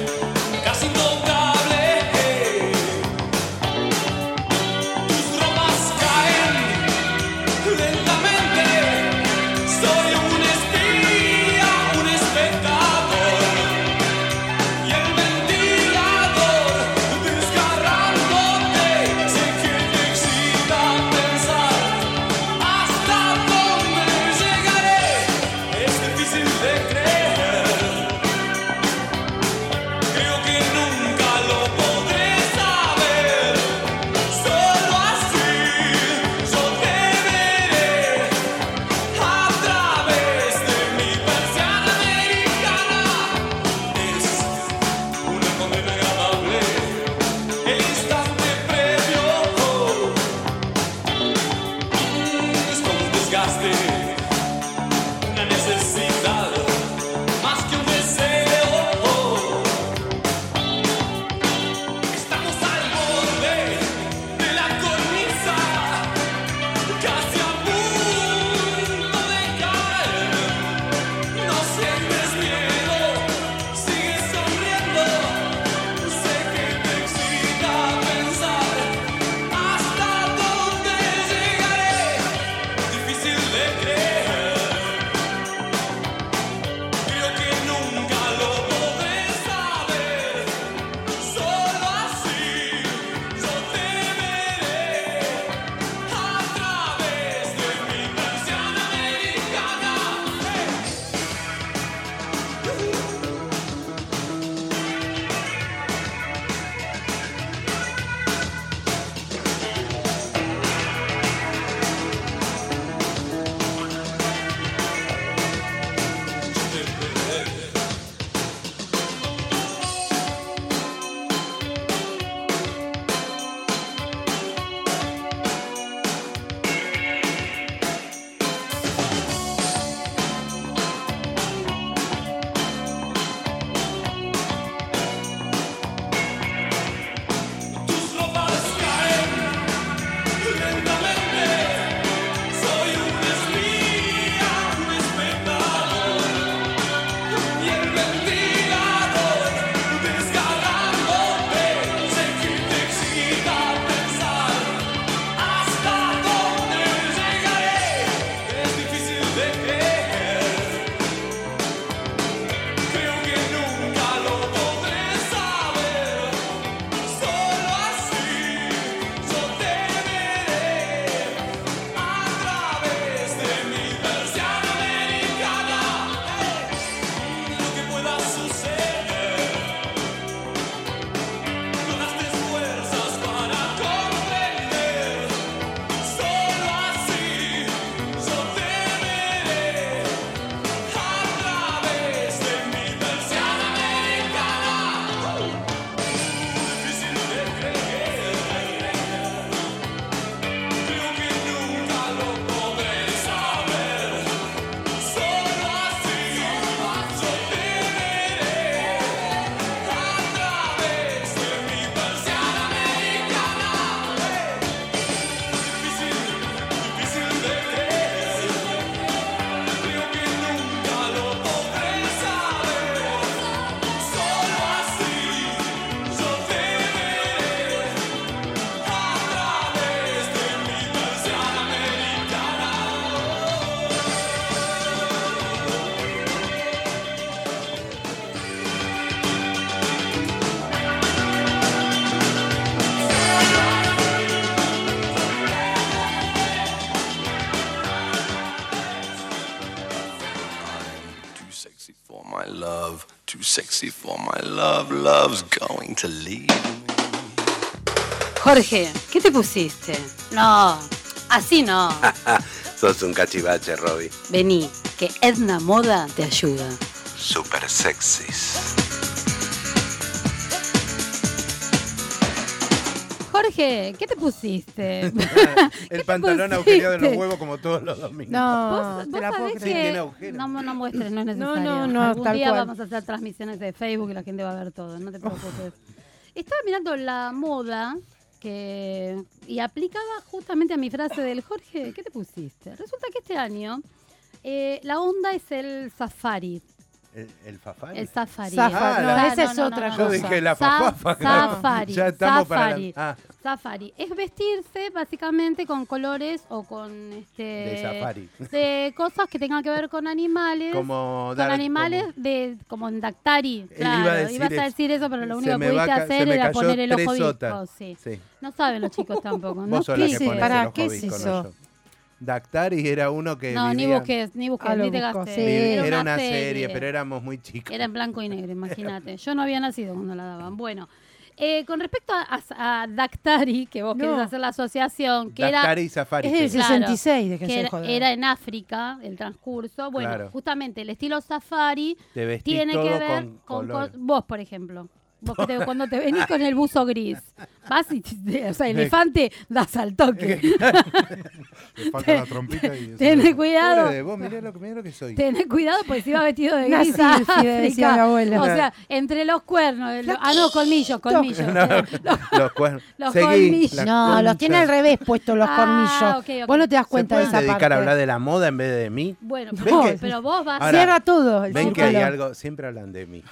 Speaker 12: for my love, too sexy for my love, love's going to leave.
Speaker 2: Jorge, ¿qué te pusiste? No, así no.
Speaker 1: Ah.
Speaker 13: Sos un cachivache, Robbie.
Speaker 2: Vení, que Edna Moda te ayuda.
Speaker 13: Super sexys.
Speaker 3: Jorge, ¿qué te pusiste?
Speaker 1: El pantalón agujereado en los
Speaker 3: pusiste?
Speaker 1: huevos como todos los domingos.
Speaker 3: ¿Vos, vos sabés
Speaker 1: Sí, tiene
Speaker 3: que
Speaker 1: agujeros.
Speaker 3: no, no muestres, no es necesario.
Speaker 6: No, no, no,
Speaker 3: Algún
Speaker 6: tal
Speaker 3: día
Speaker 6: cual.
Speaker 3: vamos a hacer transmisiones de Facebook y la gente va a ver todo, no te preocupes. Estaba mirando la moda que y aplicaba justamente a mi frase del Jorge, ¿qué te pusiste? Resulta que este año eh, la onda es el safari.
Speaker 1: El, el fafari.
Speaker 3: El safari.
Speaker 6: Zafa-
Speaker 1: Ah,
Speaker 6: no,
Speaker 1: la-
Speaker 6: esa es otra
Speaker 1: Yo
Speaker 6: cosa.
Speaker 1: dije la
Speaker 3: Sa-
Speaker 1: fafafa.
Speaker 3: Safari.
Speaker 1: Ya estamos
Speaker 3: safari.
Speaker 1: para la- ah.
Speaker 3: Safari. Es vestirse básicamente con colores o con este
Speaker 1: De safari.
Speaker 3: de cosas que tengan que ver con animales.
Speaker 1: Como
Speaker 3: con
Speaker 1: dar-
Speaker 3: animales de como en Dactari. Claro,
Speaker 1: iba a decir
Speaker 3: ibas a
Speaker 1: eso.
Speaker 3: decir eso, pero lo
Speaker 1: Se
Speaker 3: único
Speaker 1: me
Speaker 3: que
Speaker 1: va
Speaker 3: pudiste
Speaker 1: a ca- se
Speaker 3: hacer
Speaker 1: me
Speaker 3: era
Speaker 1: cayó
Speaker 3: poner el
Speaker 1: tres
Speaker 3: ojo
Speaker 1: sotas.
Speaker 3: disco. Sí.
Speaker 1: Sí.
Speaker 3: No saben los chicos tampoco. no
Speaker 1: Vos sos la que
Speaker 3: quise.
Speaker 1: pones
Speaker 6: Pará,
Speaker 1: el ojo
Speaker 6: ¿qué es
Speaker 1: disco, no
Speaker 6: eso?
Speaker 1: yo. Dactaris era uno que
Speaker 3: No, ni
Speaker 1: vivía-
Speaker 3: busques, ni busques,
Speaker 6: Ah, lo
Speaker 3: ni te
Speaker 6: busco,
Speaker 3: gastes.
Speaker 6: sí.
Speaker 1: Era, una serie, pero éramos muy chicos.
Speaker 3: Era en blanco y negro, imagínate. Yo no había nacido cuando la daban. Bueno, eh, con respecto a, a- a Dactari, que vos
Speaker 6: No.
Speaker 3: querés hacer la asociación, que era.
Speaker 1: Dactari y Safari.
Speaker 6: Es del
Speaker 1: sí.
Speaker 3: Claro,
Speaker 6: 66, déjense
Speaker 3: que
Speaker 6: de
Speaker 3: era,
Speaker 6: joder.
Speaker 3: era en África el transcurso. Bueno,
Speaker 1: Claro.
Speaker 3: justamente el estilo safari
Speaker 1: Te vestís
Speaker 3: tiene
Speaker 1: todo
Speaker 3: que ver
Speaker 1: con
Speaker 3: con,
Speaker 1: color.
Speaker 3: co- vos, por ejemplo. Vos que te- cuando te venís con el buzo gris, vas y, te- o sea, elefante, das al toque.
Speaker 8: Le falta la trompita y...
Speaker 3: Tenés cuidado.
Speaker 1: Pobre de vos, mirá lo, que- mirá lo que soy.
Speaker 3: Tenés cuidado pues iba vestido de
Speaker 6: Una
Speaker 3: gris a
Speaker 6: sílfide,
Speaker 3: África.
Speaker 6: decía la abuela.
Speaker 3: O sea, entre los cuernos, el- ah no, colmillos, colmillos.
Speaker 1: los cuernos.
Speaker 3: Los
Speaker 1: Seguí,
Speaker 3: colmillos.
Speaker 1: la
Speaker 6: No, los
Speaker 1: concha.
Speaker 6: tiene al revés puestos los
Speaker 3: Ah,
Speaker 6: cornillos.
Speaker 3: ok, ok.
Speaker 6: Vos no te das
Speaker 1: ¿Se
Speaker 6: cuenta de
Speaker 1: pueden
Speaker 6: esa
Speaker 1: dedicar
Speaker 6: parte.
Speaker 1: a hablar de la moda en vez de mí?
Speaker 3: Bueno,
Speaker 1: ¿Ven
Speaker 3: vos-
Speaker 1: que-
Speaker 3: pero vos vas
Speaker 1: Ahora,
Speaker 6: Cierra todo. el
Speaker 1: Ven que hay
Speaker 6: círculo.
Speaker 1: algo, siempre hablan de mí.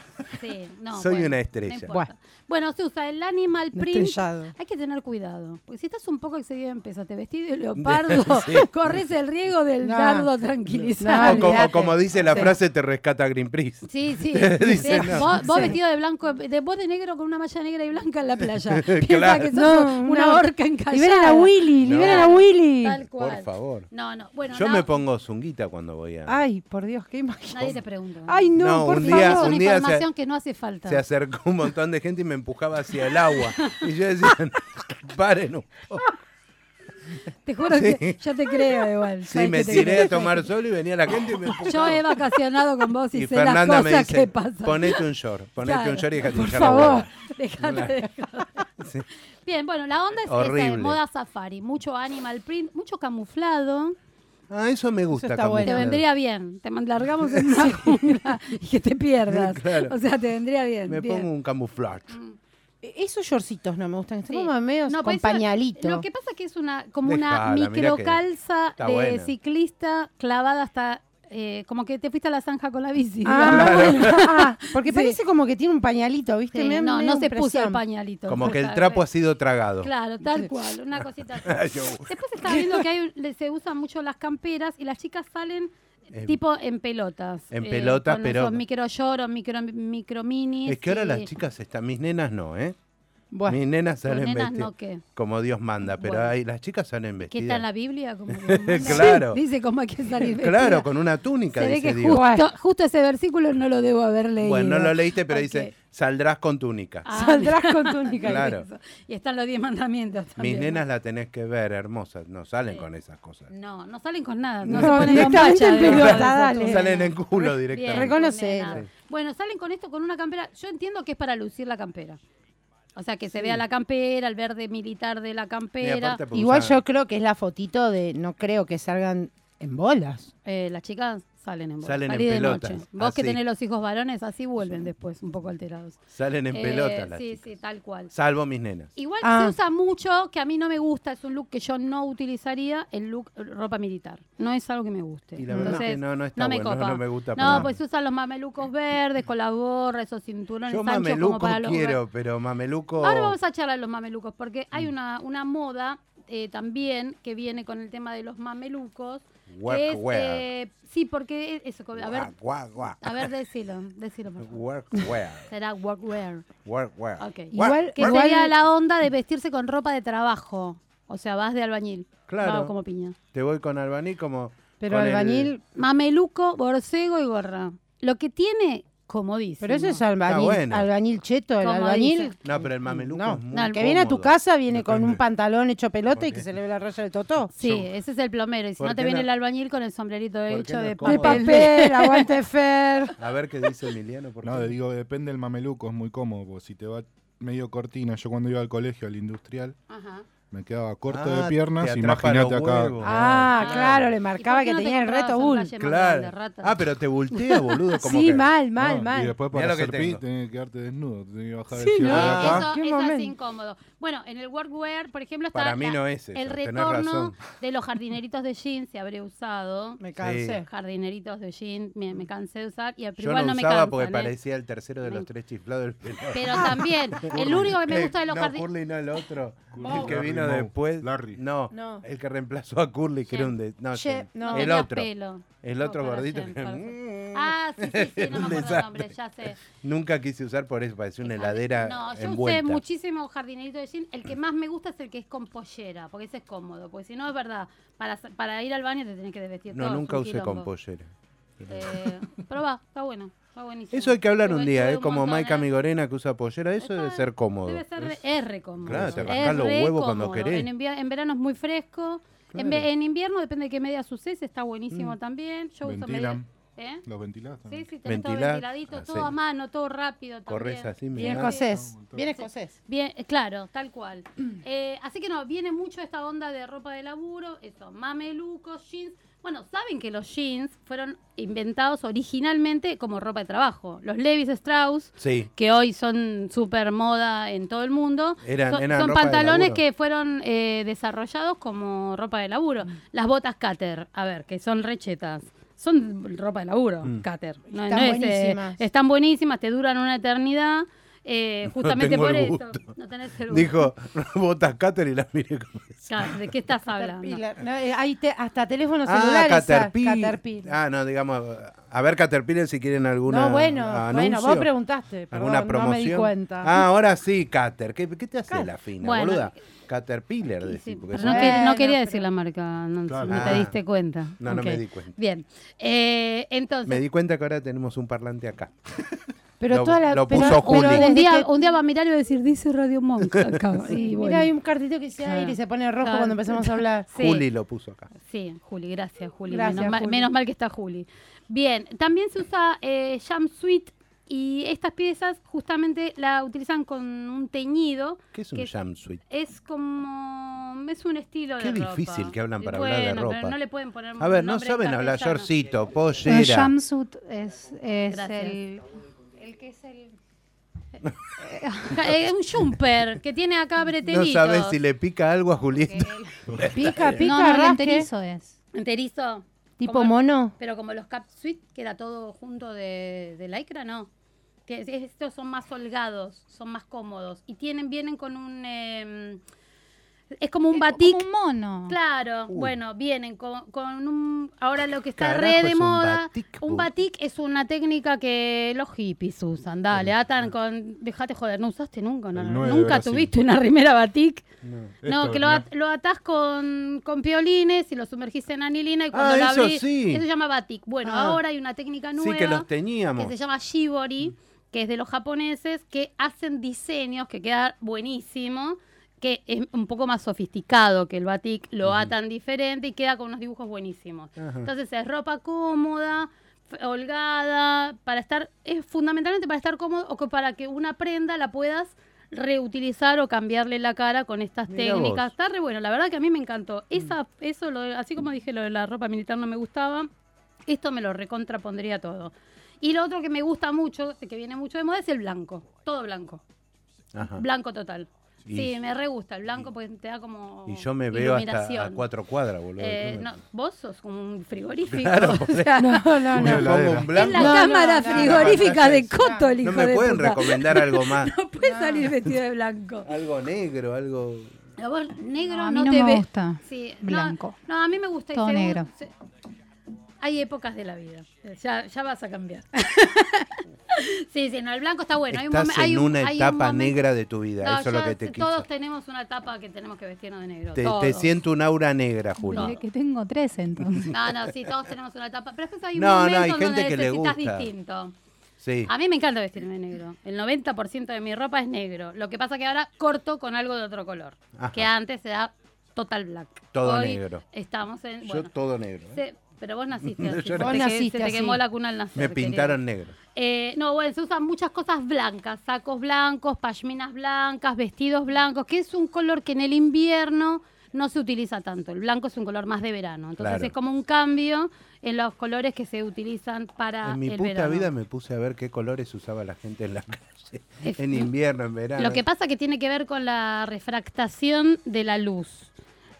Speaker 3: Sí, no,
Speaker 1: Soy
Speaker 3: bueno,
Speaker 1: una
Speaker 3: no
Speaker 1: estrella.
Speaker 3: importa.
Speaker 6: Bueno.
Speaker 3: Bueno. se usa el animal
Speaker 6: Un
Speaker 3: print.
Speaker 6: estrellado.
Speaker 3: Hay que tener cuidado. Porque si estás un poco excedido en peso, te vestís de leopardo,
Speaker 1: Sí.
Speaker 3: corres el riesgo del
Speaker 6: No.
Speaker 3: dardo
Speaker 6: No,
Speaker 1: O
Speaker 3: tranquilizado.
Speaker 1: como,
Speaker 6: olvidate.
Speaker 1: como dice la
Speaker 6: Sí.
Speaker 1: frase, te rescata Greenpeace.
Speaker 3: Sí, sí.
Speaker 1: Dice,
Speaker 3: Sí,
Speaker 1: no.
Speaker 3: Vos, vos
Speaker 6: Sí.
Speaker 3: vestido de blanco, de vos de negro con una malla negra y blanca en la playa. Piensa
Speaker 1: Claro.
Speaker 3: que sos
Speaker 6: No,
Speaker 3: una
Speaker 6: no.
Speaker 3: orca encallada.
Speaker 6: Liberen a Willy,
Speaker 1: No.
Speaker 6: liberen a Willy.
Speaker 3: Tal cual.
Speaker 1: Por favor.
Speaker 3: No, no. Bueno,
Speaker 1: Yo
Speaker 3: na-
Speaker 1: me pongo zunguita cuando voy a...
Speaker 6: Ay, por Dios, qué imagen.
Speaker 3: nadie te pregunta.
Speaker 6: Ay, no,
Speaker 1: No,
Speaker 6: por
Speaker 1: un día-
Speaker 3: es
Speaker 6: favor.
Speaker 3: una
Speaker 1: un día se-
Speaker 3: información que no hace falta.
Speaker 1: Se acercó un montón de gente y me empujaba hacia el agua. Y yo decía, "No, paren un poco".
Speaker 3: Te juro que yo te creo igual.
Speaker 1: Sí,
Speaker 3: sabes
Speaker 1: me
Speaker 3: que te
Speaker 1: tiré
Speaker 3: creo.
Speaker 1: a tomar sol y venía la gente y me empujaba.
Speaker 3: Yo he vacacionado con vos y,
Speaker 1: y
Speaker 3: sé
Speaker 1: Fernanda
Speaker 3: las
Speaker 1: me
Speaker 3: cosas
Speaker 1: dice,
Speaker 3: que pasan.
Speaker 1: ponete un short, ponete
Speaker 3: Claro,
Speaker 1: un short y dejate
Speaker 3: Por
Speaker 1: hinchar la
Speaker 3: favor,
Speaker 1: bola".
Speaker 3: dejate de Bien, bueno, la onda es esa de
Speaker 1: Horrible.
Speaker 3: moda safari. Mucho animal print, mucho camuflado.
Speaker 1: Ah, eso me gusta.
Speaker 6: está bueno.
Speaker 3: Te
Speaker 1: Camila.
Speaker 3: vendría bien. Te man- largamos en una jungla y que te pierdas.
Speaker 1: Claro.
Speaker 3: O sea, te vendría bien.
Speaker 1: Me
Speaker 3: bien. Mm.
Speaker 1: pongo un camuflaje.
Speaker 6: E, Esos shortcitos no me gustan. Están
Speaker 3: Sí.
Speaker 6: como medio
Speaker 3: No,
Speaker 6: con
Speaker 3: pero eso-
Speaker 6: pañalito.
Speaker 3: Lo que pasa es que es una como una
Speaker 1: Dejala, mirá que
Speaker 3: microcalza
Speaker 1: está
Speaker 3: de
Speaker 1: buena.
Speaker 3: ciclista clavada hasta eh, como que te fuiste a la zanja con la bici.
Speaker 6: Ah,
Speaker 3: digamos.
Speaker 6: bueno, ah, porque
Speaker 3: Sí.
Speaker 6: parece como que tiene un pañalito, ¿viste?
Speaker 3: Sí,
Speaker 6: Me da-
Speaker 3: no,
Speaker 6: me da
Speaker 3: no se puso el
Speaker 6: impresión.
Speaker 3: pañalito.
Speaker 1: Como que el
Speaker 3: Claro,
Speaker 1: trapo ha sido tragado.
Speaker 3: Claro, tal cual, una cosita
Speaker 1: Ay,
Speaker 3: así.
Speaker 1: yo-
Speaker 3: Después estaba viendo que hay un- le- se usan mucho las camperas y las chicas salen
Speaker 1: En-
Speaker 3: tipo en pelotas. eh,
Speaker 1: en pelotas,
Speaker 3: con
Speaker 1: pero-
Speaker 3: esos micro lloros, micro, micro minis.
Speaker 1: Es que ahora
Speaker 3: y-
Speaker 1: las chicas están, mis nenas no, ¿eh?
Speaker 6: Bueno,
Speaker 1: mis nenas
Speaker 3: Tus
Speaker 1: salen
Speaker 3: nenas
Speaker 1: vestidas
Speaker 3: no, ¿qué?
Speaker 1: como Dios manda, pero
Speaker 3: Bueno.
Speaker 1: ahí las chicas salen
Speaker 3: Que está
Speaker 1: vestidas.
Speaker 3: en la Biblia, como que manda-
Speaker 1: Claro.
Speaker 3: Dice cómo hay que salir vestida.
Speaker 1: claro, con una túnica,
Speaker 3: Se ve
Speaker 1: dice
Speaker 3: que
Speaker 1: Dios.
Speaker 3: justo, justo ese versículo no lo debo haber leído.
Speaker 1: Bueno, no lo leíste, pero
Speaker 3: Ok.
Speaker 1: dice, saldrás con túnica.
Speaker 3: Ah,
Speaker 6: saldrás con túnica.
Speaker 3: mira,
Speaker 1: Claro.
Speaker 3: eso. Y están los diez mandamientos también.
Speaker 1: Mis nenas la tenés que ver, hermosas. No salen con esas cosas.
Speaker 3: No, no salen con nada. No,
Speaker 6: No,
Speaker 3: se ponen con
Speaker 6: directamente
Speaker 3: bacha,
Speaker 6: en
Speaker 3: digamos,
Speaker 6: pelota,
Speaker 3: esas
Speaker 6: dale.
Speaker 3: cosas.
Speaker 1: Salen en culo
Speaker 3: Bien,
Speaker 1: directamente.
Speaker 6: Reconocelo.
Speaker 3: nena. Bueno, salen con esto, con una campera. Yo entiendo que es para lucir la campera. O sea, que se vea la campera, el verde militar de la
Speaker 1: Mira,
Speaker 3: campera.
Speaker 1: aparte porque
Speaker 6: Igual
Speaker 1: usaban-
Speaker 6: yo creo que es la fotito de no creo que salgan en bolas.
Speaker 3: Eh, las chicas salen en bola.
Speaker 1: Salen en
Speaker 3: Salí de
Speaker 1: pelotas,
Speaker 3: noche. Vos que
Speaker 1: así.
Speaker 3: tenés los hijos varones, así vuelven después, un poco alterados.
Speaker 1: Salen en
Speaker 3: Eh,
Speaker 1: pelotas las
Speaker 3: Sí,
Speaker 1: chicas.
Speaker 3: sí, tal cual.
Speaker 1: Salvo mis nenas.
Speaker 3: Igual
Speaker 6: Ah.
Speaker 3: se usa mucho, que a mí no me gusta, es un look que yo no utilizaría, el look eh, ropa militar. No es algo que me guste.
Speaker 1: Y la verdad
Speaker 3: Entonces,
Speaker 1: que no, no está
Speaker 3: me
Speaker 1: bueno,
Speaker 3: copa.
Speaker 1: no me gusta para
Speaker 3: No,
Speaker 1: nada.
Speaker 3: pues se usan los mamelucos verdes con la gorra, esos cinturones
Speaker 1: Yo
Speaker 3: anchos como
Speaker 1: mameluco
Speaker 3: para los...
Speaker 1: quiero, pero mameluco...
Speaker 3: Ahora vamos a charlar de los mamelucos, porque
Speaker 1: Mm.
Speaker 3: hay una, una moda eh, también que viene con el tema de los mamelucos. que es,
Speaker 1: Workwear.
Speaker 3: eh, sí, porque es- eso, a ver,
Speaker 1: Guau, guau,
Speaker 3: a ver, decilo, decilo por favor.
Speaker 1: Workwear.
Speaker 3: Será workwear.
Speaker 1: Workwear.
Speaker 3: Ok.
Speaker 6: Igual-
Speaker 3: Que sería la onda de vestirse con ropa de trabajo. O sea, vas de albañil.
Speaker 1: Claro.
Speaker 3: Vago como piña.
Speaker 1: Te voy con albaní como...
Speaker 6: Pero
Speaker 1: con el-
Speaker 6: albañil,
Speaker 3: Mameluco, borcego y gorra. Lo que tiene, como dice.
Speaker 6: Pero eso es albañil,
Speaker 1: Está bueno.
Speaker 6: albañil cheto, el
Speaker 3: Como
Speaker 6: albañil.
Speaker 3: dice.
Speaker 1: No, pero el mameluco
Speaker 6: No,
Speaker 1: es muy
Speaker 6: el que viene a tu
Speaker 1: cómodo.
Speaker 6: casa viene con un pantalón hecho pelota y que se le ve la raya del totó.
Speaker 3: Sí, ese es el plomero. Y si
Speaker 1: ¿Por
Speaker 3: no te
Speaker 1: qué
Speaker 3: viene
Speaker 1: no?
Speaker 3: el albañil con el sombrerito
Speaker 1: qué
Speaker 3: hecho
Speaker 1: no
Speaker 3: de
Speaker 1: es cómodo?
Speaker 3: papel.
Speaker 1: El
Speaker 6: Papel, aguante Fer.
Speaker 1: A ver qué dice Emiliano. Porque...
Speaker 8: No, digo, depende del mameluco, es muy cómodo. porque si te va medio cortina, yo cuando iba al colegio, al industrial,
Speaker 3: Ajá.
Speaker 8: me quedaba corto
Speaker 1: Ah,
Speaker 8: de piernas,
Speaker 1: te atrapa
Speaker 8: imagínate
Speaker 1: los
Speaker 8: acá.
Speaker 1: huevos.
Speaker 6: Ah,
Speaker 3: Ah.
Speaker 6: claro, le
Speaker 3: ¿Y por
Speaker 6: marcaba
Speaker 3: qué
Speaker 6: que
Speaker 3: no te
Speaker 6: tenía el
Speaker 3: comprabas
Speaker 6: reto
Speaker 3: un
Speaker 6: bull.
Speaker 3: valle más grande,
Speaker 1: Claro.
Speaker 3: rata?
Speaker 1: Ah, pero te voltea, boludo. Como
Speaker 6: Sí,
Speaker 1: que...
Speaker 6: mal, mal,
Speaker 8: No,
Speaker 6: mal.
Speaker 8: Y después
Speaker 1: Mirá
Speaker 8: para
Speaker 1: lo que
Speaker 8: hacer pis
Speaker 1: tengo.
Speaker 8: tenés que quedarte desnudo, tenés que bajar
Speaker 6: Sí,
Speaker 8: el
Speaker 6: ¿no?
Speaker 8: cierre de acá.
Speaker 6: Ah,
Speaker 3: Eso,
Speaker 6: qué
Speaker 3: eso es
Speaker 6: momento.
Speaker 3: incómodo. Bueno, en el workwear, por ejemplo, está
Speaker 1: Para mí
Speaker 3: la-
Speaker 1: no es eso,
Speaker 3: el
Speaker 1: tenés
Speaker 3: retorno
Speaker 1: razón.
Speaker 3: de los jardineritos de jeans, se habré usado.
Speaker 6: Me cansé.
Speaker 3: Jardineritos de jeans, me, me cansé de usar. Y
Speaker 1: Yo
Speaker 3: igual
Speaker 1: no
Speaker 3: me
Speaker 1: usaba
Speaker 3: cansan,
Speaker 1: porque
Speaker 3: ¿eh?
Speaker 1: parecía el tercero de
Speaker 3: Me-
Speaker 1: los tres chiflados. del pelado.
Speaker 3: Pero también, el único que me gusta de los
Speaker 1: Eh, no,
Speaker 3: jardines...
Speaker 1: Curly no el otro.
Speaker 8: Curly,
Speaker 1: el que
Speaker 8: Larry,
Speaker 1: vino
Speaker 8: Moe,
Speaker 1: después.
Speaker 8: Larry.
Speaker 1: No,
Speaker 6: No.
Speaker 1: el que reemplazó a Curly, que era un de- no,
Speaker 6: Ye-
Speaker 1: sí,
Speaker 6: no.
Speaker 1: el
Speaker 3: tenía
Speaker 1: otro.
Speaker 3: pelo.
Speaker 1: El otro
Speaker 3: No, para
Speaker 1: gordito.
Speaker 3: Jen,
Speaker 1: que-
Speaker 3: para Jen. Ah, sí, sí, sí,
Speaker 1: Era
Speaker 3: no
Speaker 1: un
Speaker 3: me acuerdo el nombre,
Speaker 1: desastre.
Speaker 3: ya sé. Ah,
Speaker 1: Nunca quise usar por eso, parecía una heladera
Speaker 3: No, yo usé
Speaker 1: envuelta.
Speaker 3: muchísimo jardinerito de jean. El que más me gusta es el que es con pollera, porque ese es cómodo. Porque si no, es verdad, para, sa- para ir al baño te tenés que desvestir
Speaker 1: no,
Speaker 3: todo, es
Speaker 1: nunca
Speaker 3: un
Speaker 1: usé con
Speaker 3: quilombo.
Speaker 1: pollera.
Speaker 3: Eh, pero va, está bueno, está buenísimo.
Speaker 1: Eso hay que hablar
Speaker 3: Lo
Speaker 1: un
Speaker 3: he
Speaker 1: día,
Speaker 3: hecho
Speaker 1: ¿eh?
Speaker 3: un
Speaker 1: Como
Speaker 3: montón,
Speaker 1: Maika
Speaker 3: ¿eh?
Speaker 1: Migorena que usa pollera, eso debe
Speaker 3: Está-
Speaker 1: ser cómodo.
Speaker 3: Debe ser de R cómodo.
Speaker 1: Claro, te
Speaker 3: Es
Speaker 1: rascás los
Speaker 3: re
Speaker 1: huevos cuando
Speaker 3: cómodo.
Speaker 1: querés.
Speaker 3: En, envia- en verano es muy fresco. En, ve- en invierno, depende de qué media uses, está
Speaker 1: Mm.
Speaker 3: buenísimo también. Yo uso media.
Speaker 8: Ventilan.
Speaker 3: ¿Eh?
Speaker 8: Los ventilás
Speaker 3: Sí,
Speaker 8: también.
Speaker 3: sí, tenés todo
Speaker 1: Ventilá,
Speaker 3: ventiladito, todo
Speaker 1: hacé.
Speaker 3: a mano, todo rápido.
Speaker 1: Ah, Corres
Speaker 3: también.
Speaker 1: así,
Speaker 6: Bien
Speaker 1: mirá.
Speaker 6: escocés.
Speaker 8: Sí.
Speaker 6: Bien escocés.
Speaker 3: Bien, eh, claro, tal cual. Eh, así que no, viene mucho esta onda de ropa de laburo, eso, mamelucos, jeans. Bueno, saben que los jeans fueron inventados originalmente como ropa de trabajo. Los Levis Strauss,
Speaker 1: Sí.
Speaker 3: que hoy son súper moda en todo el mundo,
Speaker 1: Eran-
Speaker 3: son,
Speaker 1: eran
Speaker 3: son
Speaker 1: ropa de
Speaker 3: pantalones
Speaker 1: laburo.
Speaker 3: que fueron eh, desarrollados como ropa de
Speaker 6: Mm.
Speaker 3: laburo. Las botas Cater, a ver, que son rechetas. Son ropa de laburo,
Speaker 1: Mm.
Speaker 3: Cater. No,
Speaker 6: Están
Speaker 3: no es, eh,
Speaker 6: buenísimas.
Speaker 3: están buenísimas, te duran una eternidad. eh, justamente
Speaker 1: tengo
Speaker 3: por
Speaker 1: el
Speaker 3: eso.
Speaker 1: gusto.
Speaker 3: No tenés el gusto.
Speaker 1: Dijo, botas Cater y la miré como...
Speaker 3: Claro, ¿De qué estás hablando?
Speaker 6: Caterpillar. No, eh, hay te- hasta teléfonos
Speaker 1: Ah,
Speaker 6: celulares. ah,
Speaker 1: Caterpillar.
Speaker 6: Caterpillar.
Speaker 1: Ah, no, digamos, a ver Caterpillar si quieren alguna
Speaker 6: no, bueno, bueno,
Speaker 1: anuncio,
Speaker 6: vos preguntaste,
Speaker 1: alguna
Speaker 6: perdón,
Speaker 1: promoción.
Speaker 6: no me di cuenta.
Speaker 1: Ah, ahora sí, Cater. ¿Qué, qué te hace
Speaker 6: Cater.
Speaker 1: la fina,
Speaker 3: Bueno, eh,
Speaker 1: boluda? Caterpillar, decís.
Speaker 3: Sí,
Speaker 1: porque
Speaker 3: pero
Speaker 1: es
Speaker 3: no,
Speaker 1: una-
Speaker 3: que- no
Speaker 6: Bueno,
Speaker 3: quería
Speaker 6: pero-
Speaker 3: decir la marca, no,
Speaker 8: Claro.
Speaker 3: no te
Speaker 1: Ah.
Speaker 3: diste cuenta.
Speaker 1: No, no me
Speaker 3: Ok.
Speaker 1: di cuenta.
Speaker 3: Bien, Eh, entonces,
Speaker 1: Me di cuenta que ahora tenemos un parlante acá.
Speaker 6: pero
Speaker 1: lo-
Speaker 6: toda la,
Speaker 1: lo
Speaker 6: pero-
Speaker 1: puso
Speaker 6: pero
Speaker 1: Juli.
Speaker 6: desde
Speaker 3: un, día,
Speaker 6: que-
Speaker 3: un día va a mirar y va a decir, dice Radio Monk acá.
Speaker 6: Sí,
Speaker 3: Y
Speaker 6: mira,
Speaker 3: bueno.
Speaker 6: hay un cartito que se
Speaker 3: Claro.
Speaker 6: abre y se pone rojo
Speaker 3: Claro.
Speaker 6: cuando empezamos a hablar.
Speaker 3: Sí.
Speaker 1: Juli lo puso acá.
Speaker 3: Sí, Juli, gracias, Juli.
Speaker 6: Gracias,
Speaker 3: menos, Mal,
Speaker 6: Juli.
Speaker 3: menos mal que está Juli. Bien, también se usa eh, jumpsuit y estas piezas justamente la utilizan con un teñido.
Speaker 1: ¿Qué es un
Speaker 3: que
Speaker 1: jumpsuit?
Speaker 3: Es como. Es un estilo
Speaker 1: Qué
Speaker 3: de ropa.
Speaker 1: difícil que hablan para hablar de
Speaker 3: Bueno, pero
Speaker 1: ropa.
Speaker 3: no le pueden poner
Speaker 1: A ver, no
Speaker 3: nombre
Speaker 1: saben hablar
Speaker 3: castellano.
Speaker 1: shortcito,
Speaker 14: Pero
Speaker 1: pollera.
Speaker 14: jumpsuit es, es
Speaker 3: Gracias.
Speaker 14: el... El que es el...
Speaker 3: Ca- eh, un jumper que tiene acá
Speaker 1: No
Speaker 3: bretelitos.
Speaker 1: sabes si le pica algo a Julieta.
Speaker 6: Pica, pica,
Speaker 14: no, no, el
Speaker 6: rasque.
Speaker 14: enterizo es.
Speaker 3: Enterizo.
Speaker 6: Tipo
Speaker 3: Como-
Speaker 6: mono.
Speaker 3: Pero como los cap suite, que era todo junto de, de lycra, no. Que es- Estos son más holgados, son más cómodos. Y tienen, vienen con un... eh, es como un
Speaker 14: Es
Speaker 3: batik.
Speaker 14: Como un mono.
Speaker 3: Claro,
Speaker 1: Uy.
Speaker 3: bueno, vienen con, con un... Ahora lo que está
Speaker 1: Uh. Carajo,
Speaker 3: re de
Speaker 1: es un
Speaker 3: moda,
Speaker 1: batik,
Speaker 3: un
Speaker 1: vos.
Speaker 3: batik es una técnica que los hippies usan, dale, atan con... Dejate joder, no usaste nunca, una-
Speaker 8: El nueve de
Speaker 3: nunca
Speaker 8: Brasil.
Speaker 3: tuviste una rimera batik. No,
Speaker 8: Esto,
Speaker 3: que lo,
Speaker 8: no.
Speaker 3: at- lo atás con, con piolines y lo sumergís en anilina y cuando
Speaker 1: Ah,
Speaker 3: lo
Speaker 1: eso
Speaker 3: abrís...
Speaker 1: sí.
Speaker 3: se llama batik. Bueno,
Speaker 1: Ah.
Speaker 3: ahora hay una técnica nueva
Speaker 1: Sí, que los
Speaker 3: que se
Speaker 1: teníamos.
Speaker 3: llama Shibori, que es de los japoneses, que hacen diseños que queda buenísimo, que es un poco más sofisticado que el batik, lo atan diferente y queda con unos dibujos buenísimos.
Speaker 1: Ajá.
Speaker 3: Entonces es ropa cómoda, f- holgada, para estar, es fundamentalmente para estar cómodo o que para que una prenda la puedas reutilizar o cambiarle la cara con estas
Speaker 1: Mirá
Speaker 3: técnicas.
Speaker 1: vos. Mm.
Speaker 3: Está re bueno, la verdad que a mí me encantó. Esa, eso lo- así como dije lo de la ropa militar no me gustaba, esto me lo recontrapondría todo. Y lo otro que me gusta mucho, que viene mucho de moda, es el blanco. Todo blanco.
Speaker 1: Ajá.
Speaker 3: Blanco total.
Speaker 1: Ah. Y-
Speaker 3: sí, me re gusta el blanco porque te da como.
Speaker 1: Y yo me veo hasta a
Speaker 3: iluminación.
Speaker 1: cuatro cuadras, boludo.
Speaker 3: Eh,
Speaker 1: No
Speaker 3: no,
Speaker 1: me-
Speaker 3: vos sos como un frigorífico.
Speaker 1: Claro,
Speaker 3: o sea,
Speaker 6: No, no,
Speaker 8: Una
Speaker 6: no.
Speaker 1: me pongo
Speaker 8: heladera.
Speaker 1: un
Speaker 2: En
Speaker 1: blanco.
Speaker 2: la
Speaker 6: No,
Speaker 2: cámara
Speaker 6: no, no,
Speaker 2: frigorífica
Speaker 1: no,
Speaker 2: de
Speaker 1: no,
Speaker 2: Coto, el hijo
Speaker 1: No me
Speaker 2: de
Speaker 1: pueden
Speaker 2: puta.
Speaker 1: recomendar algo más.
Speaker 2: No puede salir vestido de blanco.
Speaker 1: Algo negro, algo.
Speaker 3: a vos negro
Speaker 14: No,
Speaker 3: no,
Speaker 14: a mí no,
Speaker 3: te
Speaker 14: me
Speaker 3: ve-
Speaker 14: gusta.
Speaker 3: Sí, no,
Speaker 14: Blanco.
Speaker 3: No, a mí me gusta. y
Speaker 14: Todo
Speaker 3: según-
Speaker 14: negro.
Speaker 3: se- hay épocas de la vida. Ya, ya vas a cambiar. Sí, sí, no, el blanco está bueno. Hay un
Speaker 1: Estás
Speaker 3: momen- hay
Speaker 1: en
Speaker 3: un-
Speaker 1: una
Speaker 3: hay un
Speaker 1: etapa
Speaker 3: momen-
Speaker 1: negra de tu vida,
Speaker 3: No,
Speaker 1: eso es lo
Speaker 3: yo-
Speaker 1: que te
Speaker 3: Todos
Speaker 1: quiso.
Speaker 3: tenemos una etapa que tenemos que vestirnos de negro.
Speaker 1: Te, te
Speaker 3: todos.
Speaker 1: siento un aura negra, Julio.
Speaker 3: No.
Speaker 15: Que tengo tres entonces.
Speaker 3: No, no, sí, todos tenemos una etapa. Pero es que hay un
Speaker 1: No, no,
Speaker 3: momento
Speaker 1: hay
Speaker 3: en
Speaker 1: gente
Speaker 3: donde
Speaker 1: que le
Speaker 3: necesitas
Speaker 1: gusta.
Speaker 3: distinto.
Speaker 1: Sí.
Speaker 3: A mí me encanta vestirme de negro. El 90% de mi ropa es negro. Lo que pasa que ahora corto con algo de otro color.
Speaker 1: Ajá.
Speaker 3: Que antes era total black.
Speaker 1: Todo
Speaker 3: Hoy
Speaker 1: negro.
Speaker 3: Estamos en...
Speaker 1: Yo
Speaker 3: Bueno,
Speaker 1: todo negro. ¿eh?
Speaker 3: se- pero vos naciste así.
Speaker 1: Yo
Speaker 3: se
Speaker 1: no-
Speaker 3: te que-
Speaker 15: naciste
Speaker 3: se te
Speaker 15: así.
Speaker 3: quemó la cuna al nacer.
Speaker 1: Me
Speaker 3: querido.
Speaker 1: pintaron negro.
Speaker 3: Eh, no, bueno, se usan muchas cosas blancas, sacos blancos, pashminas blancas, vestidos blancos, que es un color que en el invierno no se utiliza tanto. El blanco es un color más de verano. Entonces
Speaker 1: Claro.
Speaker 3: es como un cambio en los colores que se utilizan para
Speaker 1: En mi
Speaker 3: Ah, el
Speaker 1: puta
Speaker 3: verano.
Speaker 1: vida me puse a ver qué colores usaba la gente en la calle.
Speaker 3: Es-
Speaker 1: En invierno, en verano.
Speaker 3: Lo que pasa que tiene que ver con la refractación de la luz.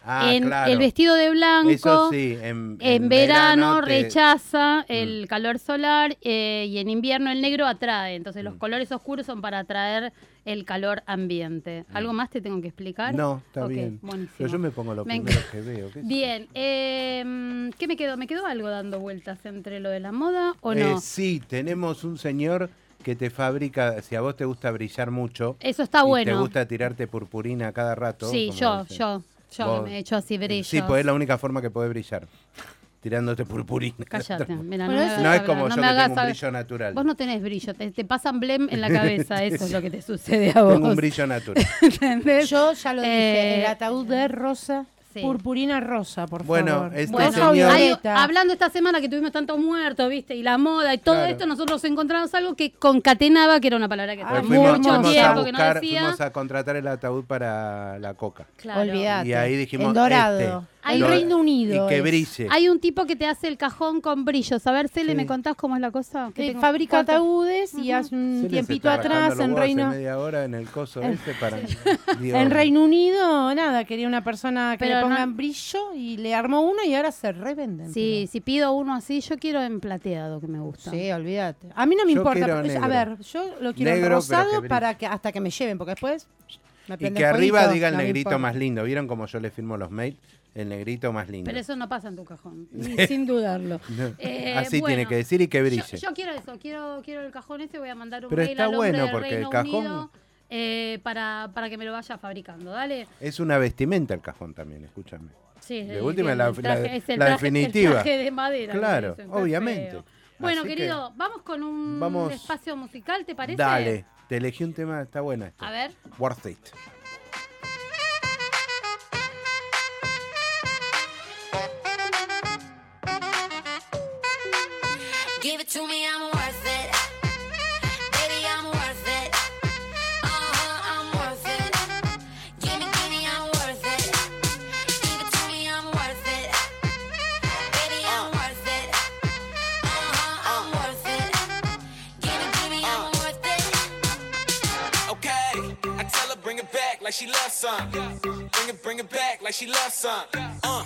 Speaker 1: Ah,
Speaker 3: en
Speaker 1: claro.
Speaker 3: el vestido de blanco
Speaker 1: Eso sí, en,
Speaker 3: En
Speaker 1: en
Speaker 3: verano,
Speaker 1: te- Mm.
Speaker 3: rechaza el calor solar eh, y en invierno el negro atrae. Entonces
Speaker 1: Mm.
Speaker 3: los colores oscuros son para atraer el calor ambiente. ¿Algo más te tengo que explicar?
Speaker 1: Mm. No, está
Speaker 3: Ok,
Speaker 1: bien.
Speaker 3: buenísimo.
Speaker 1: Pero yo me pongo lo
Speaker 3: Me
Speaker 1: primero
Speaker 3: enc-
Speaker 1: que veo. ¿qué sé
Speaker 3: Bien, eh, ¿qué me quedó? ¿Me quedó algo dando vueltas entre lo de la moda o
Speaker 1: Eh,
Speaker 3: no?
Speaker 1: sí, tenemos un señor que te fabrica, si a vos te gusta brillar mucho.
Speaker 3: Eso está
Speaker 1: y Te
Speaker 3: bueno.
Speaker 1: gusta tirarte purpurina a cada rato.
Speaker 3: sí,
Speaker 1: como
Speaker 3: yo,
Speaker 1: dicen.
Speaker 3: yo, yo
Speaker 1: Vos-
Speaker 3: que me he hecho así brillos.
Speaker 1: Sí, pues es la única forma que podés brillar. Tirándote purpurina.
Speaker 3: Cállate, mira,
Speaker 1: no,
Speaker 3: no, me hagas
Speaker 1: es
Speaker 3: hablar,
Speaker 1: como
Speaker 3: no
Speaker 1: yo
Speaker 3: me
Speaker 1: que
Speaker 3: hagas
Speaker 1: tengo un
Speaker 3: hablar.
Speaker 1: brillo natural.
Speaker 3: Vos no tenés brillo, te, te pasan blem en la cabeza, eso es lo que te sucede a vos.
Speaker 1: Tengo un brillo natural.
Speaker 3: Ah, ¿Entendés?
Speaker 6: Yo ya lo dije,
Speaker 3: Eh,
Speaker 6: el ataúd de rosa,
Speaker 3: Sí.
Speaker 6: purpurina rosa, por
Speaker 1: Bueno,
Speaker 6: favor.
Speaker 1: este
Speaker 6: Rosa
Speaker 1: señor-
Speaker 6: o
Speaker 3: Hay-
Speaker 6: violeta.
Speaker 3: hablando esta semana que tuvimos tantos muertos, viste, y la moda y todo
Speaker 1: Claro.
Speaker 3: esto, nosotros encontramos algo que concatenaba, que era una palabra que
Speaker 1: Hoy
Speaker 3: hacía
Speaker 1: fuimos,
Speaker 3: mucho
Speaker 1: fuimos a
Speaker 3: tiempo que no
Speaker 1: buscar,
Speaker 3: decía.
Speaker 1: fuimos a contratar el ataúd para la coca.
Speaker 3: Claro.
Speaker 6: Olvídate.
Speaker 1: Y ahí dijimos,
Speaker 6: En dorado.
Speaker 1: este,
Speaker 6: Hay
Speaker 1: lo-
Speaker 6: Reino Unido.
Speaker 1: Y que
Speaker 6: es.
Speaker 1: brille.
Speaker 3: Hay un tipo que te hace el cajón con brillos. A ver, Cele,
Speaker 1: Sí.
Speaker 3: ¿me contás cómo es la cosa? Que
Speaker 6: Eh,
Speaker 3: tengo-
Speaker 6: fabrica
Speaker 3: ¿cuánto?
Speaker 6: ataúdes y
Speaker 3: Ujú.
Speaker 6: hace
Speaker 1: Se
Speaker 6: un
Speaker 1: les
Speaker 6: tiempito
Speaker 1: está rajando
Speaker 6: atrás
Speaker 1: los
Speaker 6: en
Speaker 1: huevos hace
Speaker 6: Reino
Speaker 1: media hora en el coso ese para... Dios.
Speaker 6: en Reino Unido, nada, quería una persona que
Speaker 3: Pero
Speaker 6: le
Speaker 3: no-
Speaker 6: pongan brillo y le armó uno y ahora se revenden.
Speaker 3: Sí, si pido uno así, yo quiero en plateado que me gusta.
Speaker 6: Sí, olvídate. A mí no me
Speaker 1: Yo
Speaker 6: importa.
Speaker 1: quiero
Speaker 6: pero es- a
Speaker 1: negro.
Speaker 6: ver, yo lo quiero
Speaker 1: Negro, pero que
Speaker 6: rosado
Speaker 1: brille.
Speaker 6: para que hasta que me lleven, porque después me
Speaker 1: Y
Speaker 6: prenden
Speaker 1: que arriba
Speaker 6: fueguito,
Speaker 1: diga el
Speaker 6: no me
Speaker 1: negrito
Speaker 6: importa.
Speaker 1: más lindo. ¿Vieron cómo yo le firmo los mails? El negrito más lindo.
Speaker 3: Pero eso no pasa en tu cajón, ni sin dudarlo.
Speaker 1: No,
Speaker 3: Eh,
Speaker 1: Así
Speaker 3: bueno,
Speaker 1: tiene que decir y que
Speaker 3: yo-
Speaker 1: brille.
Speaker 3: Yo, quiero eso, quiero, quiero el cajón ese, voy a mandar un
Speaker 1: Pero
Speaker 3: mail
Speaker 1: está
Speaker 3: al hombre
Speaker 1: bueno,
Speaker 3: del
Speaker 1: porque el
Speaker 3: Reino
Speaker 1: cajón-
Speaker 3: Unido, eh, para, para que me lo vaya fabricando, ¿dale?
Speaker 1: Es una vestimenta el cajón también, escúchame.
Speaker 3: Sí,
Speaker 1: De
Speaker 3: el-
Speaker 1: última,
Speaker 3: el
Speaker 1: la-
Speaker 3: traje-
Speaker 1: la-
Speaker 3: es el
Speaker 1: la
Speaker 3: traje- el
Speaker 1: definitiva.
Speaker 3: traje de madera. que
Speaker 1: Claro,
Speaker 3: es un
Speaker 1: obviamente.
Speaker 3: feo. Bueno,
Speaker 1: Así que-
Speaker 3: querido, vamos con un
Speaker 1: Vamos.
Speaker 3: espacio musical, ¿te parece?
Speaker 1: Dale, te elegí un tema, está buena esta.
Speaker 3: A ver.
Speaker 1: Worth it.
Speaker 16: Give it to me, I'm worth it. Baby, I'm worth it. Uh-huh, I'm worth it. Give me, give me, I'm worth it. Give it to me, I'm worth it. Baby, I'm worth it. Uh-huh, I'm worth it. Give me, give me, I'm worth it.
Speaker 17: Okay, I tell her bring it back like she loves some. Bring it, bring it back like she loves some. Uh,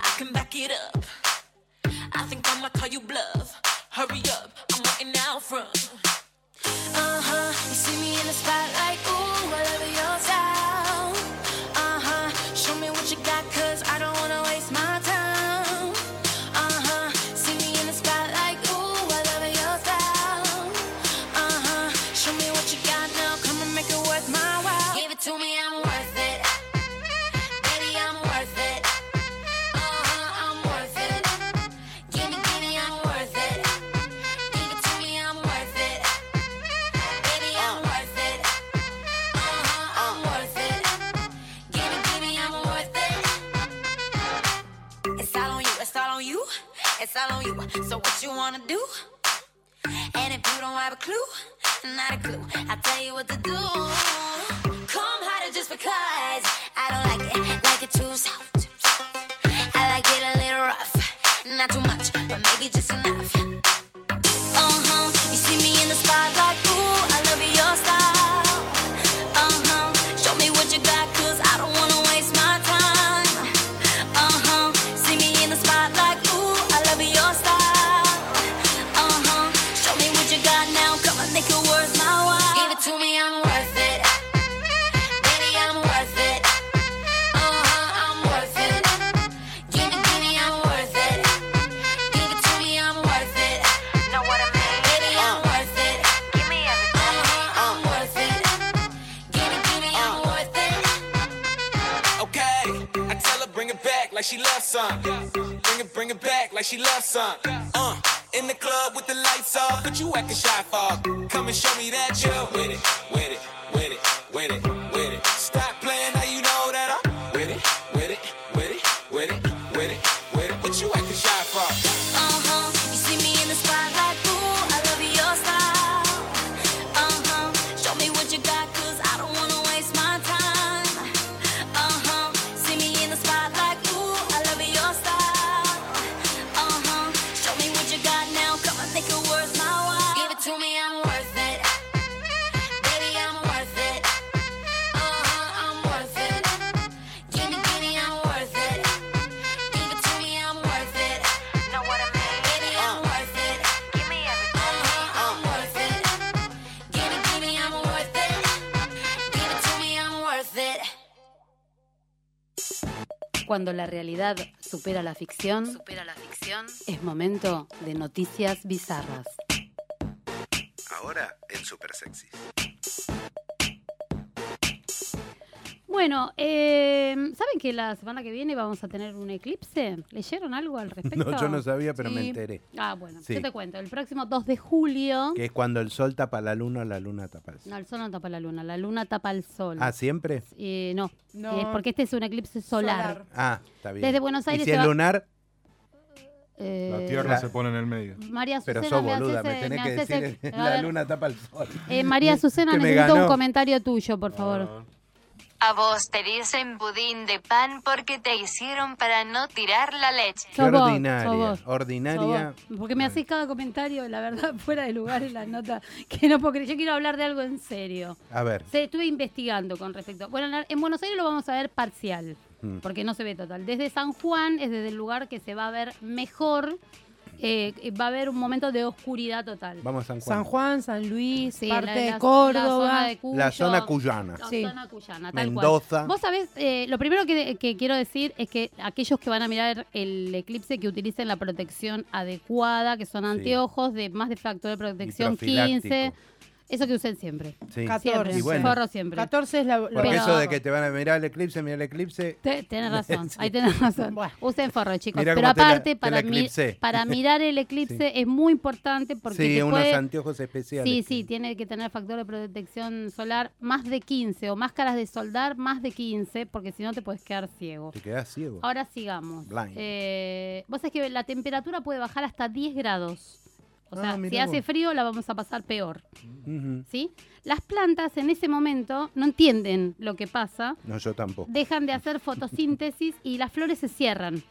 Speaker 16: I can back it up. I think I'ma call you bluff. Hurry up, I'm waiting out front. Uh huh. You see me in the spotlight, ooh, I love your style. Uh huh. Show me what you got, cause I don't wanna waste my time. Uh huh. See me in the spotlight, ooh, I love your style. Uh huh. Show me what you got now, come and make it worth my while. Give it to me, I'm worth it. Baby, I'm worth it. Uh huh, I'm worth it. Give me, give me, I'm worth it. Give it to me, I'm worth it. Baby, I'm worth it. Uh-huh, I'm worth it. Give it, give me, I'm worth it. It's all on you, it's all on you, it's all on you. So what you wanna do? And if you don't have a clue, not a clue, I'll tell you what to do. Come harder just because I don't like it, like it too soft. I like it a little rough, not too much, but maybe just enough. Uh-huh. You see me in the spotlight, ooh, I love your style. Uh-huh. Show me back, cause I don't wanna waste my time. Uh huh. See me in the spotlight, ooh, I love your style. Uh huh. Show me what you got now, come on, make it worth my while. Give it to me, I'm worth it. Baby, I'm worth it. Uh huh, I'm worth it. Give it to me, I'm worth it. Give it to me, I'm worth it. Know what I mean? Baby, I'm worth it. Give me everything. Uh huh, I'm worth it. Give it to me, I'm worth it.
Speaker 17: Okay, I tell her bring it back like she loves some. Bring it, bring it back like she loves some. Uh, in the club with the lights off, but you acting shy for. Come and show me that you're with it, with it, with it, with it, with it. Stop playing now you know that I'm with it, with it, with it, with it, with it, with it. What you acting shy for?
Speaker 16: Uh-huh. You see me in the spotlight, ooh, I love your style. Uh-huh. Show me what you got, cause I don't wanna waste my time. Uh-huh. See me in the spotlight, ooh, I love your style. Uh-huh. Show me what you got now, come on, make it worth my while. Give it to me, I'm worth it. Baby, I'm worth it. Uh-huh, I'm worth it. Give me, give me, I'm worth it. Give it to me, I'm worth it. Know what I mean? Baby, I'm worth it. Give me everything. Uh-huh, I'm worth it. Give it, give me, I'm worth it. Give it to me, I'm worth it.
Speaker 2: Cuando la realidad supera la ficción,
Speaker 16: Supera la ficción.
Speaker 2: es momento de noticias bizarras.
Speaker 13: Ahora en Super Sexy.
Speaker 3: Bueno, eh, ¿saben que la semana que viene vamos a tener un eclipse? ¿Leyeron algo al respecto?
Speaker 1: yo no sabía, pero me enteré.
Speaker 3: Ah, bueno,
Speaker 1: Sí.
Speaker 3: yo te cuento. El próximo 2 de julio.
Speaker 1: Que es cuando el sol tapa la luna, la luna tapa el sol.
Speaker 3: No, el sol no tapa la luna, la luna tapa el sol.
Speaker 1: ¿Ah, siempre?
Speaker 3: Eh, no,
Speaker 6: No.
Speaker 3: eh, porque este es un eclipse solar.
Speaker 1: Ah, está bien.
Speaker 3: Desde Buenos Aires
Speaker 1: ¿Y si
Speaker 3: se
Speaker 1: es
Speaker 3: va-
Speaker 1: lunar?
Speaker 3: Eh,
Speaker 8: La tierra se pone en el medio.
Speaker 3: María
Speaker 1: Pero
Speaker 3: Azucena,
Speaker 1: sos
Speaker 3: me
Speaker 1: boluda,
Speaker 3: haces-
Speaker 1: me tenés
Speaker 3: me
Speaker 1: que
Speaker 3: haces-
Speaker 1: decir
Speaker 3: a
Speaker 1: la
Speaker 3: ver.
Speaker 1: luna tapa el sol.
Speaker 3: Eh, María Azucena,
Speaker 1: Que me
Speaker 3: necesito un
Speaker 1: ganó. Ah.
Speaker 3: comentario tuyo, por favor.
Speaker 5: A vos te dicen budín de pan porque te hicieron para no tirar la leche.
Speaker 1: Qué
Speaker 3: Sos vos,
Speaker 1: ordinaria,
Speaker 3: sos vos,
Speaker 1: ordinaria.
Speaker 3: sos vos. Porque me haces cada comentario, la verdad, fuera de lugar en la nota. Que no puedo creer. Yo quiero hablar de algo en serio.
Speaker 1: A ver.
Speaker 3: Se estuve investigando con respecto. Bueno, en la- en Buenos Aires lo vamos a ver parcial,
Speaker 1: Mm.
Speaker 3: porque no se ve total. Desde San Juan es desde el lugar que se va a ver mejor. eh, va a haber un momento de oscuridad total.
Speaker 1: Vamos a San Juan.
Speaker 6: San Juan, San Luis,
Speaker 3: Sí,
Speaker 6: parte
Speaker 3: la-
Speaker 6: de
Speaker 3: la-
Speaker 6: Córdoba.
Speaker 3: La zona de Cuyo.
Speaker 1: La zona cuyana.
Speaker 3: La
Speaker 6: Sí.
Speaker 3: zona cuyana, tal
Speaker 1: Mendoza.
Speaker 3: cual. Vos sabés, eh, lo primero que, que quiero decir es que aquellos que van a mirar el eclipse que utilicen la protección adecuada, que son anteojos de más de factor de protección 15,
Speaker 1: profiláctico.
Speaker 3: eso que usen siempre.
Speaker 1: Sí.
Speaker 3: Siempre,
Speaker 1: Y bueno,
Speaker 3: forro siempre.
Speaker 6: 14 es la, la-
Speaker 1: porque
Speaker 3: Pero-
Speaker 1: eso de que te van a mirar el eclipse, mirar el eclipse.
Speaker 3: Te- tenés razón, ahí tenés razón. Usen forro, chicos.
Speaker 1: Mirá
Speaker 3: Pero
Speaker 1: cómo te la-
Speaker 3: aparte,
Speaker 1: te la
Speaker 3: para, mi-
Speaker 1: eclipsé.
Speaker 3: para mirar el eclipse es muy importante porque
Speaker 1: sí,
Speaker 3: te
Speaker 1: unos
Speaker 3: puede-
Speaker 1: anteojos especiales.
Speaker 3: Sí, sí, tiene que tener factor de protección solar más de 15 o máscaras de soldar más de 15 porque si no te puedes quedar ciego.
Speaker 1: Te quedás ciego.
Speaker 3: Ahora sigamos.
Speaker 1: Blind.
Speaker 3: Eh, vos sabés que la temperatura puede bajar hasta 10 grados. O
Speaker 1: Ah,
Speaker 3: sea, si
Speaker 1: mirá
Speaker 3: hace
Speaker 1: vos.
Speaker 3: frío la vamos a pasar peor,
Speaker 1: Ujú.
Speaker 3: ¿sí? Las plantas en ese momento no entienden lo que pasa,
Speaker 1: No, yo tampoco.
Speaker 3: dejan de hacer fotosíntesis y las flores se cierran.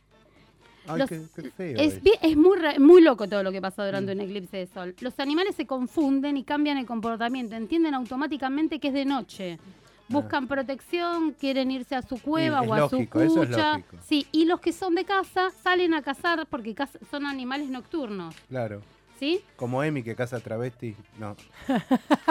Speaker 1: Ay,
Speaker 3: los-
Speaker 1: qué, qué feo.
Speaker 3: Es,
Speaker 1: es.
Speaker 3: bi- es muy, ra- muy loco todo lo que pasa durante un eclipse de sol. Los animales se confunden y cambian el comportamiento, entienden automáticamente que es de noche.
Speaker 1: Ah.
Speaker 3: Buscan protección, quieren irse a su cueva
Speaker 1: es
Speaker 3: o a
Speaker 1: lógico,
Speaker 3: su
Speaker 1: eso es
Speaker 3: cucha.
Speaker 1: lógico.
Speaker 3: sí, y los que son de casa salen a cazar porque caz- son animales nocturnos,
Speaker 1: Claro.
Speaker 3: ¿sí?
Speaker 1: Como Emi que casa travesti. No.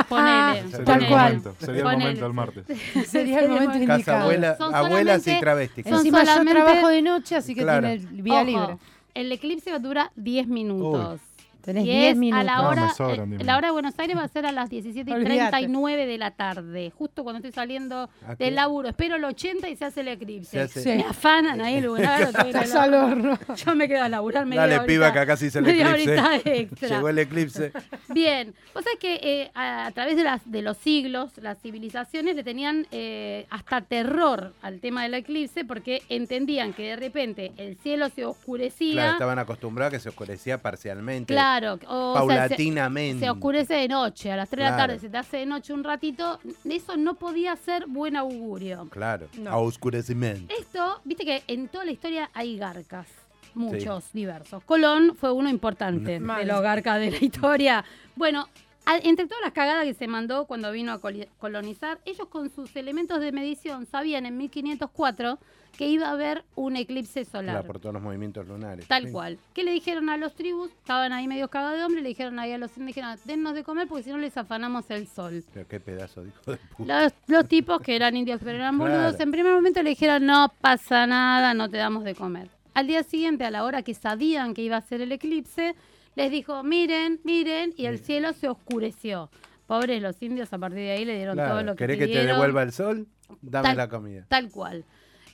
Speaker 3: Ponele.
Speaker 8: Sería
Speaker 3: ponele.
Speaker 8: el momento, sería el
Speaker 3: Ponele.
Speaker 8: momento el martes.
Speaker 6: sería el momento
Speaker 1: Casa
Speaker 6: indicado.
Speaker 1: abuela-
Speaker 3: Son
Speaker 1: abuelas y
Speaker 3: solamente-
Speaker 1: travestis.
Speaker 3: son
Speaker 6: Encima yo
Speaker 3: solamente-
Speaker 6: trabajo de noche, así que
Speaker 1: Claro.
Speaker 6: tiene el vía
Speaker 3: Ojo,
Speaker 6: libre.
Speaker 3: El eclipse dura 10 minutos.
Speaker 6: Tenés
Speaker 3: Y
Speaker 6: 10
Speaker 3: es
Speaker 6: minutos.
Speaker 3: A la
Speaker 8: No,
Speaker 3: hora,
Speaker 8: me sobran
Speaker 3: eh,
Speaker 8: 10
Speaker 3: la hora de Buenos Aires va a ser a las 17 y
Speaker 6: Olvídate.
Speaker 3: 39 de la tarde, justo cuando estoy saliendo
Speaker 1: ¿A qué?
Speaker 3: del laburo. Espero el 80 y se hace el eclipse.
Speaker 1: Se hace.
Speaker 6: Sí.
Speaker 3: Me afanan ahí el lugar. yo tengo que
Speaker 6: Estás al horno.
Speaker 3: Yo me quedo a laburar media
Speaker 1: Dale,
Speaker 3: horita-
Speaker 1: piba, que acá sí se el
Speaker 3: media
Speaker 1: eclipse.
Speaker 3: horita extra.
Speaker 1: Llegó el eclipse.
Speaker 3: Bien, vos sabés que eh, a, a través de, las, de los siglos, las civilizaciones le tenían eh, hasta terror al tema del eclipse porque entendían que de repente el cielo se
Speaker 1: Claro,
Speaker 3: oscurecía.
Speaker 1: estaban acostumbrados a que se oscurecía parcialmente.
Speaker 3: Claro, o sea, se-
Speaker 1: paulatinamente.
Speaker 3: se oscurece de noche, a las 3 de la
Speaker 1: Claro.
Speaker 3: tarde se te hace de noche un ratito, eso no podía ser buen augurio.
Speaker 1: Claro,
Speaker 6: No.
Speaker 1: a oscurecimiento.
Speaker 3: Esto, viste que en toda la historia hay garcas, muchos, diversos. Colón fue uno importante
Speaker 6: Mal.
Speaker 3: de los garcas de la historia. Bueno, Al- entre todas las cagadas que se mandó cuando vino a coli- colonizar, ellos con sus elementos de medición sabían en 1504 que iba a haber un eclipse solar.
Speaker 1: Claro, por todos los movimientos lunares.
Speaker 3: Tal
Speaker 1: Sí.
Speaker 3: cual. ¿Qué le dijeron a los tribus? Estaban ahí medio cagados de hombre, le dijeron ahí a los indígenas, dennos de comer porque si no les afanamos el sol.
Speaker 1: Pero qué pedazo de hijo de puta.
Speaker 3: Los, los tipos que eran indios pero eran
Speaker 1: Claro.
Speaker 3: boludos, en primer momento le dijeron, no pasa nada, no te damos de comer. Al día siguiente, a la hora que sabían que iba a ser el eclipse, les dijo, miren, miren, y el cielo se oscureció. Pobres los indios, a partir de ahí le dieron
Speaker 1: Claro,
Speaker 3: todo lo que
Speaker 1: ¿Querés que te
Speaker 3: pidieron.
Speaker 1: devuelva el sol? Dame
Speaker 3: Tal-
Speaker 1: la comida.
Speaker 3: Tal cual.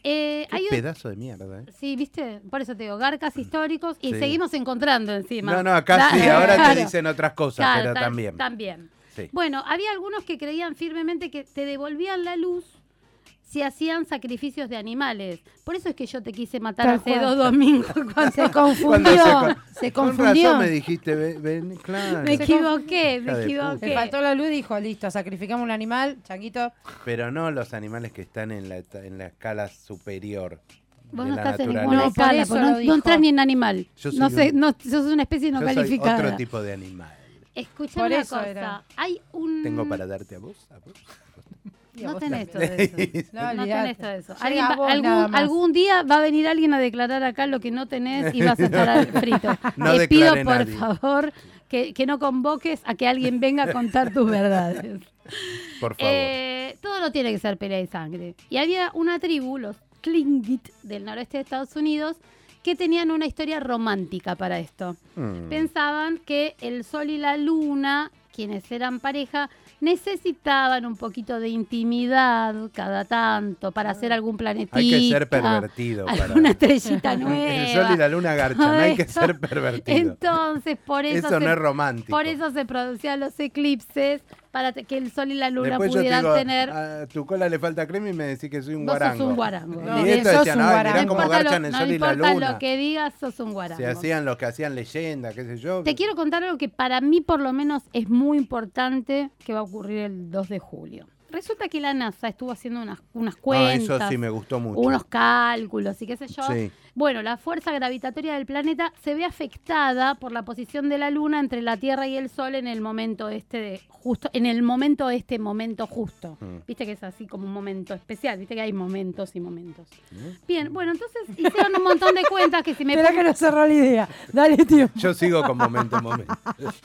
Speaker 3: Eh,
Speaker 1: Qué
Speaker 3: hay un-
Speaker 1: pedazo de mierda, ¿eh?
Speaker 3: Sí, viste, por eso te digo, garcas históricos y
Speaker 1: Sí.
Speaker 3: seguimos encontrando encima.
Speaker 1: No, no, acá sí,
Speaker 3: Da-
Speaker 1: ahora
Speaker 3: Claro.
Speaker 1: te dicen otras cosas,
Speaker 3: Claro,
Speaker 1: pero
Speaker 3: tal-
Speaker 1: también.
Speaker 3: También.
Speaker 1: Sí.
Speaker 3: Bueno, había algunos que creían firmemente que te devolvían la luz si hacían sacrificios de animales. Por eso es que yo te quise matar
Speaker 6: Tal
Speaker 3: hace
Speaker 6: cual.
Speaker 3: dos domingos cuando
Speaker 6: Se
Speaker 1: Cuando
Speaker 6: confundió, se
Speaker 1: con
Speaker 6: confundió.
Speaker 1: razón me dijiste, ven, ven, claro.
Speaker 6: Me
Speaker 3: equivoqué,
Speaker 1: Hija de puta.
Speaker 6: Me faltó la luz y dijo, listo, sacrificamos un animal, changuito.
Speaker 1: Pero no los animales que están en la, eta- en la escala superior.
Speaker 3: Vos
Speaker 1: de
Speaker 3: no
Speaker 1: la
Speaker 3: estás en
Speaker 1: naturaleza.
Speaker 3: ninguna escala,
Speaker 6: eso
Speaker 3: porque no,
Speaker 6: lo
Speaker 3: no
Speaker 6: dijo.
Speaker 3: entras ni en animal.
Speaker 1: Yo soy
Speaker 3: no, sé,
Speaker 1: un-
Speaker 3: no, sos una especie no
Speaker 1: Yo soy
Speaker 3: calificada.
Speaker 1: otro tipo de animal.
Speaker 3: Escuchame
Speaker 6: Por
Speaker 3: una
Speaker 6: eso
Speaker 3: cosa.
Speaker 6: era.
Speaker 3: Hay un...
Speaker 1: Tengo para darte a vos. a vos.
Speaker 6: Y a
Speaker 3: No
Speaker 6: vos
Speaker 3: tenés todo
Speaker 1: también.
Speaker 3: eso. No,
Speaker 6: olvidate.
Speaker 3: tenés todo eso.
Speaker 6: Llega
Speaker 3: Alguien
Speaker 6: a
Speaker 3: va-
Speaker 6: vos nada
Speaker 3: algún,
Speaker 6: más.
Speaker 3: algún día va a venir alguien a declarar acá lo que no tenés y vas a estar al frito.
Speaker 1: No
Speaker 3: Te pido,
Speaker 1: declaré
Speaker 3: por
Speaker 1: nadie.
Speaker 3: favor, que, que no convoques a que alguien venga a contar tus verdades.
Speaker 1: Por favor.
Speaker 3: Eh, todo no tiene que ser pelea de sangre. Y había una tribu, los Tlingit, del noroeste de Estados Unidos, que tenían una historia romántica para esto.
Speaker 1: Mm.
Speaker 3: Pensaban que el sol y la luna, quienes eran pareja, necesitaban un poquito de intimidad cada tanto para hacer algún planetita.
Speaker 1: Ah. Hay que ser pervertido. para-
Speaker 3: Alguna estrellita nueva.
Speaker 1: El sol y la luna garchan.
Speaker 3: todo
Speaker 1: Hay que
Speaker 3: eso.
Speaker 1: ser pervertido.
Speaker 3: Entonces, por eso.
Speaker 1: Eso
Speaker 3: se-
Speaker 1: no es romántico.
Speaker 3: Por eso se producían los eclipses, para te- que el sol y la luna
Speaker 1: Después yo te
Speaker 3: pudieran
Speaker 1: digo, "Ah,
Speaker 3: tener.
Speaker 1: a tu cola le falta crema y me decís que soy un
Speaker 3: Vos sos
Speaker 1: guarango.
Speaker 3: un guarango.
Speaker 1: y
Speaker 3: No,
Speaker 1: esto
Speaker 3: sos
Speaker 1: decían,
Speaker 3: un
Speaker 1: ay, mirá
Speaker 3: guarango.
Speaker 1: cómo
Speaker 3: No importa
Speaker 1: garchan
Speaker 3: lo-
Speaker 1: el
Speaker 3: no
Speaker 1: sol y la
Speaker 3: importa
Speaker 1: luna.
Speaker 3: lo que digas, sos un guarango.
Speaker 1: Se hacían los que hacían leyenda, qué sé yo.
Speaker 3: Te quiero contar algo que para mí por lo menos es muy importante que va a ocurrir el 2 de julio. Resulta que la NASA estuvo haciendo unas, unas
Speaker 1: No,
Speaker 3: cuentas,
Speaker 1: eso sí me gustó mucho.
Speaker 3: unos cálculos y qué sé yo.
Speaker 1: Sí.
Speaker 3: Bueno, la fuerza gravitatoria del planeta se ve afectada por la posición de la Luna entre la Tierra y el Sol en el momento este de justo, en el momento este momento justo.
Speaker 1: Mm.
Speaker 3: Viste que es así como un momento especial, viste que hay momentos y momentos.
Speaker 1: ¿Eh?
Speaker 3: Bien, bueno, entonces hicieron un montón de cuentas que si me
Speaker 6: Espera que no cerró la idea. Dale tiempo.
Speaker 1: Yo sigo con momento a momento.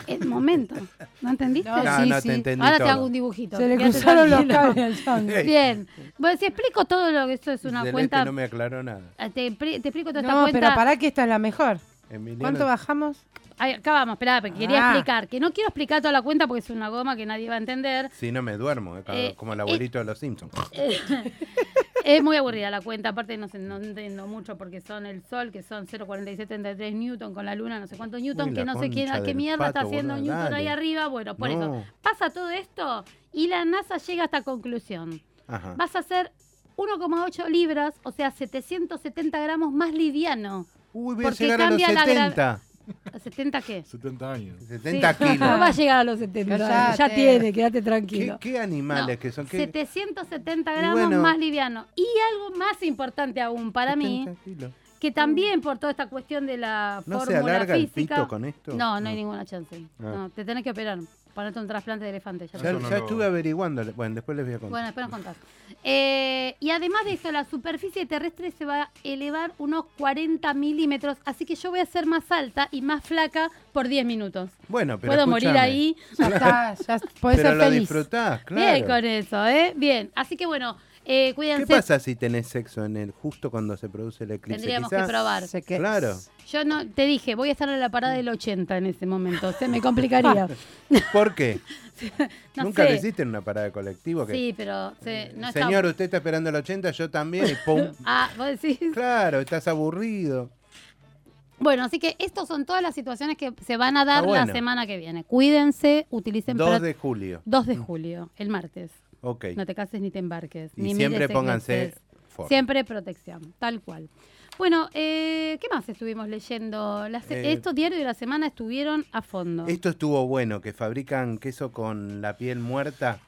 Speaker 3: El momento. ¿No entendiste?
Speaker 6: No,
Speaker 1: No, sí, no, te sí. entendí
Speaker 3: Ahora
Speaker 1: todo.
Speaker 3: te hago un dibujito.
Speaker 6: Se le
Speaker 3: Quédate
Speaker 6: cruzaron los
Speaker 3: tranquilo.
Speaker 6: cables al chango.
Speaker 3: Bien. Bueno, si explico todo lo que esto es una
Speaker 1: Celeste
Speaker 3: cuenta.
Speaker 1: no me aclaró nada.
Speaker 3: Ah, Te, pre- te explico toda esta
Speaker 6: No,
Speaker 3: cuenta.
Speaker 6: pero pará que esta es la mejor.
Speaker 1: Emiliano,
Speaker 6: ¿Cuánto bajamos?
Speaker 3: Ay, acá vamos, esperá, porque
Speaker 6: Ah.
Speaker 3: quería explicar. Que no quiero explicar toda la cuenta porque es una goma que nadie va a entender.
Speaker 1: Si no me duermo, eh, como-
Speaker 3: Eh,
Speaker 1: como el abuelito de los Simpsons.
Speaker 3: Es muy aburrida la cuenta, aparte no, sé, no entiendo mucho porque son el sol, que son 0,4733 Newton, con la luna no sé cuántos Newton,
Speaker 1: Uy,
Speaker 3: que
Speaker 1: la
Speaker 3: no sé quién,
Speaker 1: concha
Speaker 3: qué
Speaker 1: del
Speaker 3: mierda está
Speaker 1: pato,
Speaker 3: haciendo
Speaker 1: boluda,
Speaker 3: Newton ahí
Speaker 1: dale.
Speaker 3: arriba. Bueno, por
Speaker 1: No.
Speaker 3: eso. Pasa todo esto y la NASA llega a esta conclusión.
Speaker 1: Ajá.
Speaker 3: Vas a ser 1,8 libras, o sea, 770 gramos más liviano.
Speaker 1: Uy, voy a
Speaker 3: porque
Speaker 1: llegar a los
Speaker 3: cambia la gra-
Speaker 1: 70.
Speaker 3: ¿A ¿70 qué?
Speaker 8: 70 años.
Speaker 1: 70
Speaker 3: Sí.
Speaker 1: kilos.
Speaker 3: No va a llegar a los 70.
Speaker 6: Cállate.
Speaker 3: Ya tiene, quédate
Speaker 1: ¿Qué,
Speaker 3: tranquilo.
Speaker 1: qué animales que son? ¿Qué?
Speaker 3: 770
Speaker 1: Y
Speaker 3: gramos
Speaker 1: bueno.
Speaker 3: más liviano. Y algo más importante aún para mí,
Speaker 1: 70 kilos.
Speaker 3: que también por toda esta cuestión de la
Speaker 1: ¿No se
Speaker 3: fórmula
Speaker 1: alarga el
Speaker 3: física.
Speaker 1: pito con esto?
Speaker 3: No, no, hay
Speaker 1: No.
Speaker 3: ninguna chance.
Speaker 1: Ah.
Speaker 3: No, te tenés que operar. Ponerte un trasplante de elefante. Ya
Speaker 1: Ya,
Speaker 3: te digo.
Speaker 1: ya estuve averiguando. Bueno, después les voy a contar.
Speaker 3: Bueno, después nos contás. Eh, y además de eso, la superficie terrestre se va a elevar unos 40 milímetros, así que yo voy a ser más alta y más flaca por 10 minutos.
Speaker 1: Bueno, pero
Speaker 3: Puedo morir
Speaker 1: escúchame.
Speaker 3: ahí.
Speaker 6: Ya está, ya podés
Speaker 1: Pero
Speaker 6: ser
Speaker 1: lo
Speaker 6: feliz.
Speaker 1: disfrutás,
Speaker 3: Bien con
Speaker 1: claro.
Speaker 3: eso, ¿eh? Bien. Así que bueno, eh,
Speaker 1: ¿Qué
Speaker 3: cuídense.
Speaker 1: pasa si tenés sexo en el justo cuando se produce el eclipse?
Speaker 3: Tendríamos que
Speaker 1: Quizá-
Speaker 3: probar.
Speaker 6: Sé que-
Speaker 1: Claro.
Speaker 3: Yo no te dije, voy a estar en la parada del 80 en ese momento. Se me complicaría.
Speaker 1: ¿Por qué?
Speaker 3: No
Speaker 1: Nunca lo
Speaker 3: sé.
Speaker 1: hiciste en una parada de colectivo. Que,
Speaker 3: Sí, pero se- no está-
Speaker 1: Señor, usted está esperando el 80, yo también. Y pum.
Speaker 3: Ah, vos decís.
Speaker 1: claro, estás aburrido.
Speaker 3: Bueno, así que estas son todas las situaciones que se van a dar
Speaker 1: Está bueno.
Speaker 3: la semana que viene. Cuídense, utilicen
Speaker 1: 2
Speaker 3: pro-
Speaker 1: de julio.
Speaker 3: 2 de julio, el martes.
Speaker 1: Ok.
Speaker 3: No te cases ni te embarques.
Speaker 1: Mm. Y
Speaker 3: ni
Speaker 1: siempre
Speaker 3: mires en
Speaker 1: pónganse
Speaker 3: exceso.
Speaker 1: forma.
Speaker 3: Siempre protección, tal cual. Bueno, eh, ¿qué más estuvimos leyendo? La se-
Speaker 1: Eh,
Speaker 3: estos diarios de la semana estuvieron a fondo.
Speaker 1: Esto estuvo bueno, que fabrican queso con la piel muerta.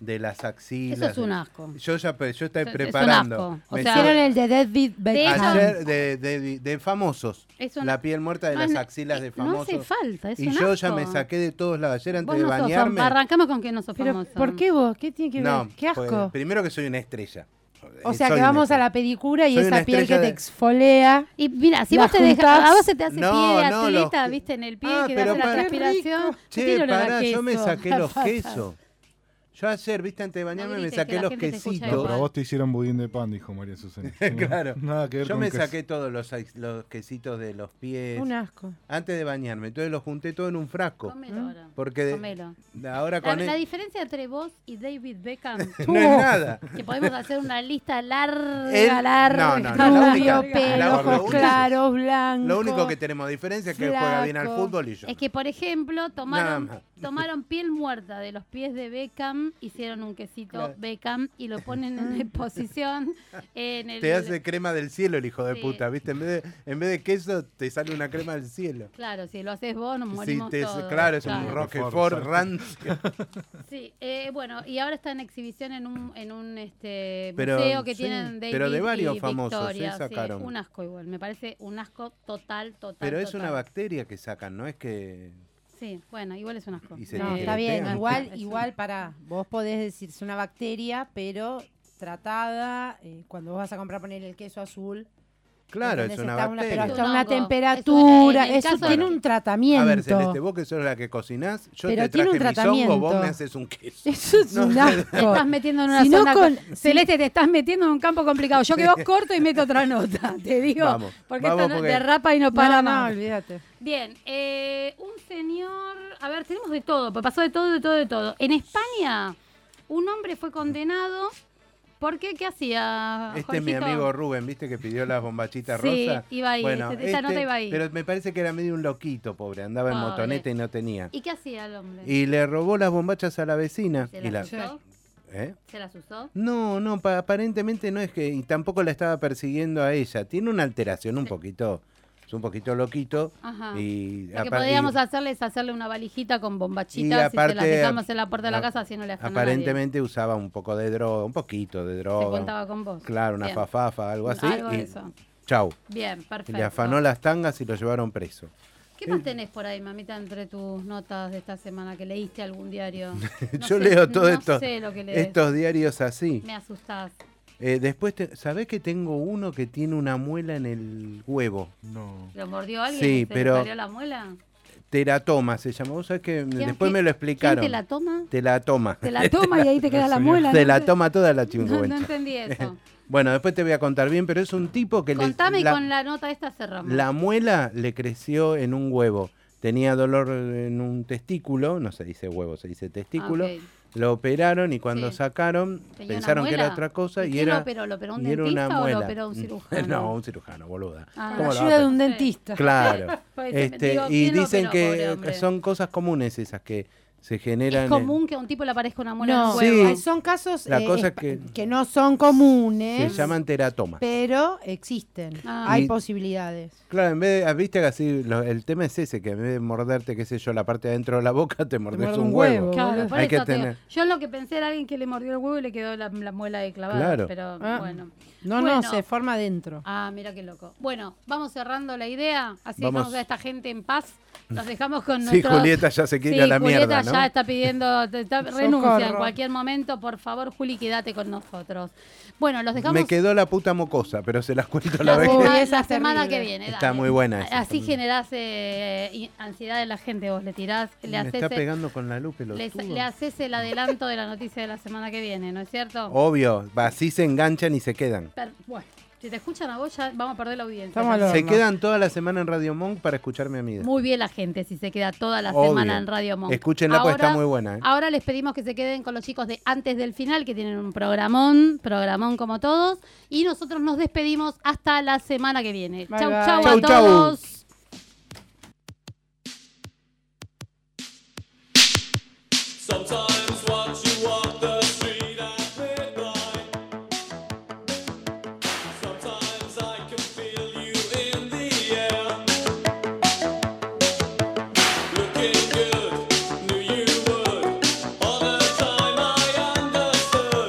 Speaker 1: de las axilas.
Speaker 3: Eso es un asco.
Speaker 1: Yo ya pe- yo estoy
Speaker 3: Es- es un
Speaker 1: preparando.
Speaker 3: asco. O
Speaker 1: Me
Speaker 3: sea,
Speaker 1: estoy-
Speaker 3: Hicieron
Speaker 6: el de Deadbeat
Speaker 3: Beckham.
Speaker 1: Ayer de, de- de famosos.
Speaker 3: Es un-
Speaker 1: La piel muerta de
Speaker 3: no
Speaker 1: las
Speaker 3: es-
Speaker 1: axilas de
Speaker 3: no
Speaker 1: famosos.
Speaker 3: hace falta, es
Speaker 1: Y
Speaker 3: un
Speaker 1: yo ya
Speaker 3: asco.
Speaker 1: me saqué de todos lados. Ayer antes
Speaker 3: Vos
Speaker 1: de
Speaker 3: no sos fam-
Speaker 1: bañarme.
Speaker 3: Arrancame con que no sos
Speaker 6: Pero,
Speaker 3: famoso.
Speaker 6: ¿por qué vos? ¿Qué tiene que ver?
Speaker 1: No,
Speaker 6: ¡Qué asco!
Speaker 1: pues, primero que soy una estrella. Eh,
Speaker 6: o sea,
Speaker 1: Soy
Speaker 6: que
Speaker 1: una
Speaker 6: vamos a
Speaker 1: estrella.
Speaker 6: la pedicura y
Speaker 1: Soy una
Speaker 6: esa piel que
Speaker 1: estrella
Speaker 6: te
Speaker 1: de-
Speaker 6: exfolea.
Speaker 3: Y mira, si
Speaker 6: la
Speaker 3: vos te dejas,
Speaker 6: juntás.
Speaker 3: a vos se te hace
Speaker 1: No,
Speaker 3: pie de
Speaker 1: no,
Speaker 3: atleta, viste, en el pie,
Speaker 1: Ah,
Speaker 3: que te
Speaker 1: pero
Speaker 3: hace la
Speaker 1: para-
Speaker 3: transpiración.
Speaker 1: Che,
Speaker 3: Tiene olor a
Speaker 1: pará, yo me
Speaker 3: queso.
Speaker 1: saqué los
Speaker 3: Pata.
Speaker 1: quesos. Yo ayer, viste, antes de bañarme me
Speaker 3: grites,
Speaker 1: saqué
Speaker 3: que la
Speaker 1: los
Speaker 3: gente te escucha
Speaker 1: quesitos.
Speaker 8: No, pero a vos te hicieron budín de pan, dijo María Susana.
Speaker 1: claro.
Speaker 8: Nada que ver
Speaker 1: Yo
Speaker 8: con
Speaker 1: me
Speaker 8: que-
Speaker 1: saqué todos los, ais- los quesitos de los pies.
Speaker 6: Un asco.
Speaker 1: Antes de bañarme. Entonces los junté todo en un frasco.
Speaker 3: Comelo ahora.
Speaker 1: Porque de-
Speaker 3: Comelo.
Speaker 1: ahora
Speaker 3: La,
Speaker 1: con
Speaker 3: la
Speaker 1: él.
Speaker 3: diferencia entre vos y David Beckham.
Speaker 1: No es nada.
Speaker 3: Que podemos hacer una lista larga,
Speaker 1: Él-
Speaker 3: larga.
Speaker 1: no, no, no, la única-
Speaker 6: Rubio, pelo,
Speaker 1: la-
Speaker 6: ojos
Speaker 1: lo único-
Speaker 6: claros, blancos.
Speaker 1: Lo único que tenemos diferencia es que él juega bien al
Speaker 6: flaco.
Speaker 1: fútbol y yo.
Speaker 3: Es que, por ejemplo, tomaron,
Speaker 1: Nada
Speaker 3: tomaron piel muerta de los pies de Beckham, hicieron un quesito
Speaker 1: Claro.
Speaker 3: Beckham y lo ponen en exposición en el...
Speaker 1: Te hace crema del cielo el hijo de
Speaker 3: Sí.
Speaker 1: puta, ¿viste? En vez de, en vez de queso, te sale una crema del cielo.
Speaker 3: Claro, si lo haces vos, nos
Speaker 1: Sí,
Speaker 3: morimos
Speaker 1: te-
Speaker 3: todos.
Speaker 1: claro, es un
Speaker 3: Claro.
Speaker 1: Roquefort rancio.
Speaker 3: Sí, eh, bueno, y ahora está en exhibición en un, en un este,
Speaker 1: Pero,
Speaker 3: museo que
Speaker 1: sí,
Speaker 3: tienen David
Speaker 1: pero de varios
Speaker 3: y
Speaker 1: famosos,
Speaker 3: Victoria,
Speaker 1: ¿eh?
Speaker 3: sí,
Speaker 1: sacaron.
Speaker 3: un asco igual, me parece un asco total, total,
Speaker 1: Pero es
Speaker 3: total.
Speaker 1: una bacteria que sacan, no es que.
Speaker 3: Sí, bueno, igual es un asco.
Speaker 1: Y se
Speaker 6: No,
Speaker 1: te
Speaker 6: está bien,
Speaker 1: tetean.
Speaker 6: igual, igual para vos podés decir es una bacteria, pero tratada, eh, cuando vos vas a comprar poner el queso azul.
Speaker 1: Claro, es
Speaker 6: ¿entendés?
Speaker 1: una
Speaker 6: Está pero
Speaker 1: bacteria.
Speaker 6: hasta
Speaker 3: Un
Speaker 6: una
Speaker 3: hongo.
Speaker 6: temperatura,
Speaker 3: Eso, en el
Speaker 6: eso,
Speaker 3: caso-
Speaker 6: tiene un tratamiento.
Speaker 1: A ver, Celeste, vos que sos la que cocinás, yo
Speaker 6: Pero
Speaker 1: te
Speaker 6: tiene
Speaker 1: traje
Speaker 6: un
Speaker 1: mi zongo, vos
Speaker 6: tratamiento.
Speaker 1: me haces un queso.
Speaker 6: Eso es
Speaker 1: No,
Speaker 6: un
Speaker 1: no,
Speaker 6: asco.
Speaker 3: Te estás metiendo en una
Speaker 6: Si no
Speaker 3: zona
Speaker 6: con-
Speaker 3: co- Celeste, te estás metiendo en un campo complicado. Yo quedo corto y meto otra nota, te digo.
Speaker 1: Vamos,
Speaker 3: porque
Speaker 1: vamos,
Speaker 3: esto no-
Speaker 1: porque-
Speaker 3: derrapa y no para
Speaker 6: no,
Speaker 3: más.
Speaker 6: olvídate.
Speaker 3: Bien, eh, un señor. A ver, tenemos de todo, pues pasó de todo, de todo, de todo. En España, un hombre fue condenado. porque qué? hacía?
Speaker 1: Este es mi
Speaker 3: Ah, Jorgito?
Speaker 1: amigo Rubén, ¿viste que pidió las bombachitas
Speaker 3: Sí,
Speaker 1: rosas?
Speaker 3: iba ahí, este- esa nota iba ahí.
Speaker 1: Pero me parece que era medio un loquito, pobre. Andaba en
Speaker 3: Pobre.
Speaker 1: motoneta y no tenía.
Speaker 3: ¿Y qué hacía el hombre?
Speaker 1: Y le robó las bombachas a la vecina.
Speaker 3: ¿Se
Speaker 1: y la-
Speaker 3: las usó?
Speaker 1: ¿Eh?
Speaker 3: ¿Se las usó?
Speaker 1: No, no, pa- aparentemente no es que. Y tampoco la estaba persiguiendo a ella. Tiene una alteración un poquito. Es un poquito loquito.
Speaker 3: Ajá.
Speaker 1: Y,
Speaker 3: Lo que
Speaker 1: apa- y-
Speaker 3: podríamos hacerle es hacerle una valijita con
Speaker 1: y
Speaker 3: bombachitas y, se las
Speaker 1: aparte,
Speaker 3: dejamos en la puerta de la
Speaker 1: ap-
Speaker 3: casa, así no le hacen a nadie.
Speaker 1: Aparentemente usaba un poco de droga, un poquito de droga.
Speaker 3: contaba con vos.
Speaker 1: Claro, una
Speaker 3: Bien.
Speaker 1: fafafa, algo así.
Speaker 3: Algo
Speaker 1: y
Speaker 3: de eso.
Speaker 1: Chau.
Speaker 3: Bien, perfecto.
Speaker 1: Le afanó las tangas y lo llevaron preso.
Speaker 3: ¿Qué
Speaker 1: Eh,
Speaker 3: más tenés por ahí, mamita, entre tus notas de esta semana que leíste algún diario? No
Speaker 1: Yo
Speaker 3: sé-
Speaker 1: leo todo
Speaker 3: no
Speaker 1: esto-
Speaker 3: sé lo que lees.
Speaker 1: estos diarios así.
Speaker 3: Me asustás.
Speaker 1: Eh, después, te- ¿sabés que tengo uno que tiene una muela en el huevo? No.
Speaker 3: ¿Lo mordió alguien?
Speaker 1: Sí,
Speaker 3: ¿Se le
Speaker 1: pero-
Speaker 3: salió la muela?
Speaker 1: Teratoma se llama. ¿Vos sabés que
Speaker 3: ¿Quién-
Speaker 1: después
Speaker 3: quién-
Speaker 1: me lo
Speaker 3: ¿Quién
Speaker 1: explicaron?
Speaker 3: te la toma?
Speaker 1: Teratoma.
Speaker 3: Te la toma y ahí te queda la muela.
Speaker 1: Te
Speaker 3: ¿no?
Speaker 1: la toma toda la
Speaker 3: No, no
Speaker 1: chingüencha.
Speaker 3: entendí eso.
Speaker 1: bueno, después te voy a contar bien, pero es un tipo que le-
Speaker 3: Contame
Speaker 1: la-
Speaker 3: y con la nota esta cerramos. Ah,
Speaker 1: La muela le creció en un huevo. Tenía dolor en un testículo, no se dice huevo, se dice testículo.
Speaker 3: Ah, ok.
Speaker 1: Lo operaron y cuando
Speaker 3: Sí.
Speaker 1: sacaron
Speaker 3: ¿Tenía una
Speaker 1: pensaron que era
Speaker 3: muela?
Speaker 1: otra cosa
Speaker 3: ¿Y
Speaker 1: y
Speaker 3: quién
Speaker 1: era,
Speaker 3: lo operó? ¿Lo operó un
Speaker 1: y era una
Speaker 3: dentista o lo
Speaker 1: muela.
Speaker 3: operó un cirujano?
Speaker 1: no, un cirujano, boluda.
Speaker 3: Ah.
Speaker 6: Con
Speaker 1: ¿Cómo lo
Speaker 6: la
Speaker 1: va a
Speaker 6: ayuda de un
Speaker 1: operar?
Speaker 6: dentista.
Speaker 1: Claro.
Speaker 3: Pues,
Speaker 1: Este,
Speaker 3: digo,
Speaker 1: y
Speaker 3: ¿quién lo
Speaker 1: dicen
Speaker 3: operó, pobre
Speaker 1: que
Speaker 3: hombre?
Speaker 1: son cosas comunes esas que se generan.
Speaker 3: Es
Speaker 1: en-
Speaker 3: común que a un tipo le aparezca una muela
Speaker 6: No,
Speaker 3: en el huevo.
Speaker 6: eh, son casos
Speaker 1: La
Speaker 6: eh,
Speaker 1: cosa es
Speaker 6: espa-
Speaker 1: que-
Speaker 6: no son
Speaker 3: ¿eh?
Speaker 1: se
Speaker 6: comunes,
Speaker 1: llaman teratomas.
Speaker 6: pero existen.
Speaker 3: Ah.
Speaker 6: Hay
Speaker 1: Y-
Speaker 6: posibilidades.
Speaker 1: Claro, en vez de, ah, viste que así, lo- el tema es ese, que en vez de morderte, qué sé yo, la parte de adentro de la boca, te mordes
Speaker 6: muerde
Speaker 1: un,
Speaker 6: un
Speaker 1: huevo.
Speaker 6: huevo,
Speaker 3: Claro, por
Speaker 1: Hay
Speaker 3: eso
Speaker 1: que
Speaker 3: te digo.
Speaker 1: tener.
Speaker 3: Yo lo que pensé era alguien que le mordió el huevo y le quedó la, la muela ahí clavada.
Speaker 1: Claro.
Speaker 3: Pero
Speaker 6: Ah.
Speaker 3: bueno.
Speaker 6: No,
Speaker 3: Bueno.
Speaker 6: no, se forma dentro.
Speaker 3: Ah, mira qué loco. Bueno, vamos cerrando la idea. Así
Speaker 1: Vamos.
Speaker 3: dejamos a esta gente en paz. Los dejamos con
Speaker 1: Sí,
Speaker 3: nuestro...
Speaker 1: Julieta ya se quiere ir a la
Speaker 3: Julieta
Speaker 1: mierda, ¿no?
Speaker 3: ya está pidiendo te- está-
Speaker 6: Socorro.
Speaker 3: renuncia en cualquier momento. Por favor, Juli, quédate con nosotros. Bueno, los dejamos
Speaker 1: Me quedó la puta mocosa, pero se las cuento la
Speaker 3: la,
Speaker 1: vez
Speaker 6: Uy,
Speaker 1: que...
Speaker 3: semana,
Speaker 6: esa
Speaker 3: la
Speaker 6: es
Speaker 3: semana
Speaker 6: terrible.
Speaker 3: que viene.
Speaker 1: Está
Speaker 3: dale.
Speaker 1: muy buena esa.
Speaker 3: Así generás eh, i- ansiedad en la gente. Vos le tirás, le
Speaker 1: Me
Speaker 3: haces...
Speaker 1: está pegando con la luz,
Speaker 3: Le,
Speaker 1: pelotudo.
Speaker 3: le haces el adelanto de la noticia de la semana que viene, ¿no es cierto?
Speaker 1: Obvio, va, así se enganchan y se quedan.
Speaker 3: Per- bueno, si te escuchan a vos ya vamos a perder la audiencia.
Speaker 6: Estamos al horno.
Speaker 1: Se quedan toda la semana en Radio Monk para escucharme a mí.
Speaker 3: Muy bien la gente si se queda toda la
Speaker 1: Obvio.
Speaker 3: semana en Radio Monk.
Speaker 1: Escúchenla, pues, está muy buena, ¿eh?
Speaker 3: Ahora les pedimos que se queden con los chicos de Antes del Final, que tienen un programón, programón como todos. Y nosotros nos despedimos hasta la semana que viene.
Speaker 6: Bye,
Speaker 3: chau,
Speaker 6: bye.
Speaker 3: chau,
Speaker 1: Chau,
Speaker 3: a
Speaker 1: chau.
Speaker 3: todos.
Speaker 17: Sometimes watch you walk the street at midnight. Sometimes I can feel you in the air. Looking good, knew you would. All the time I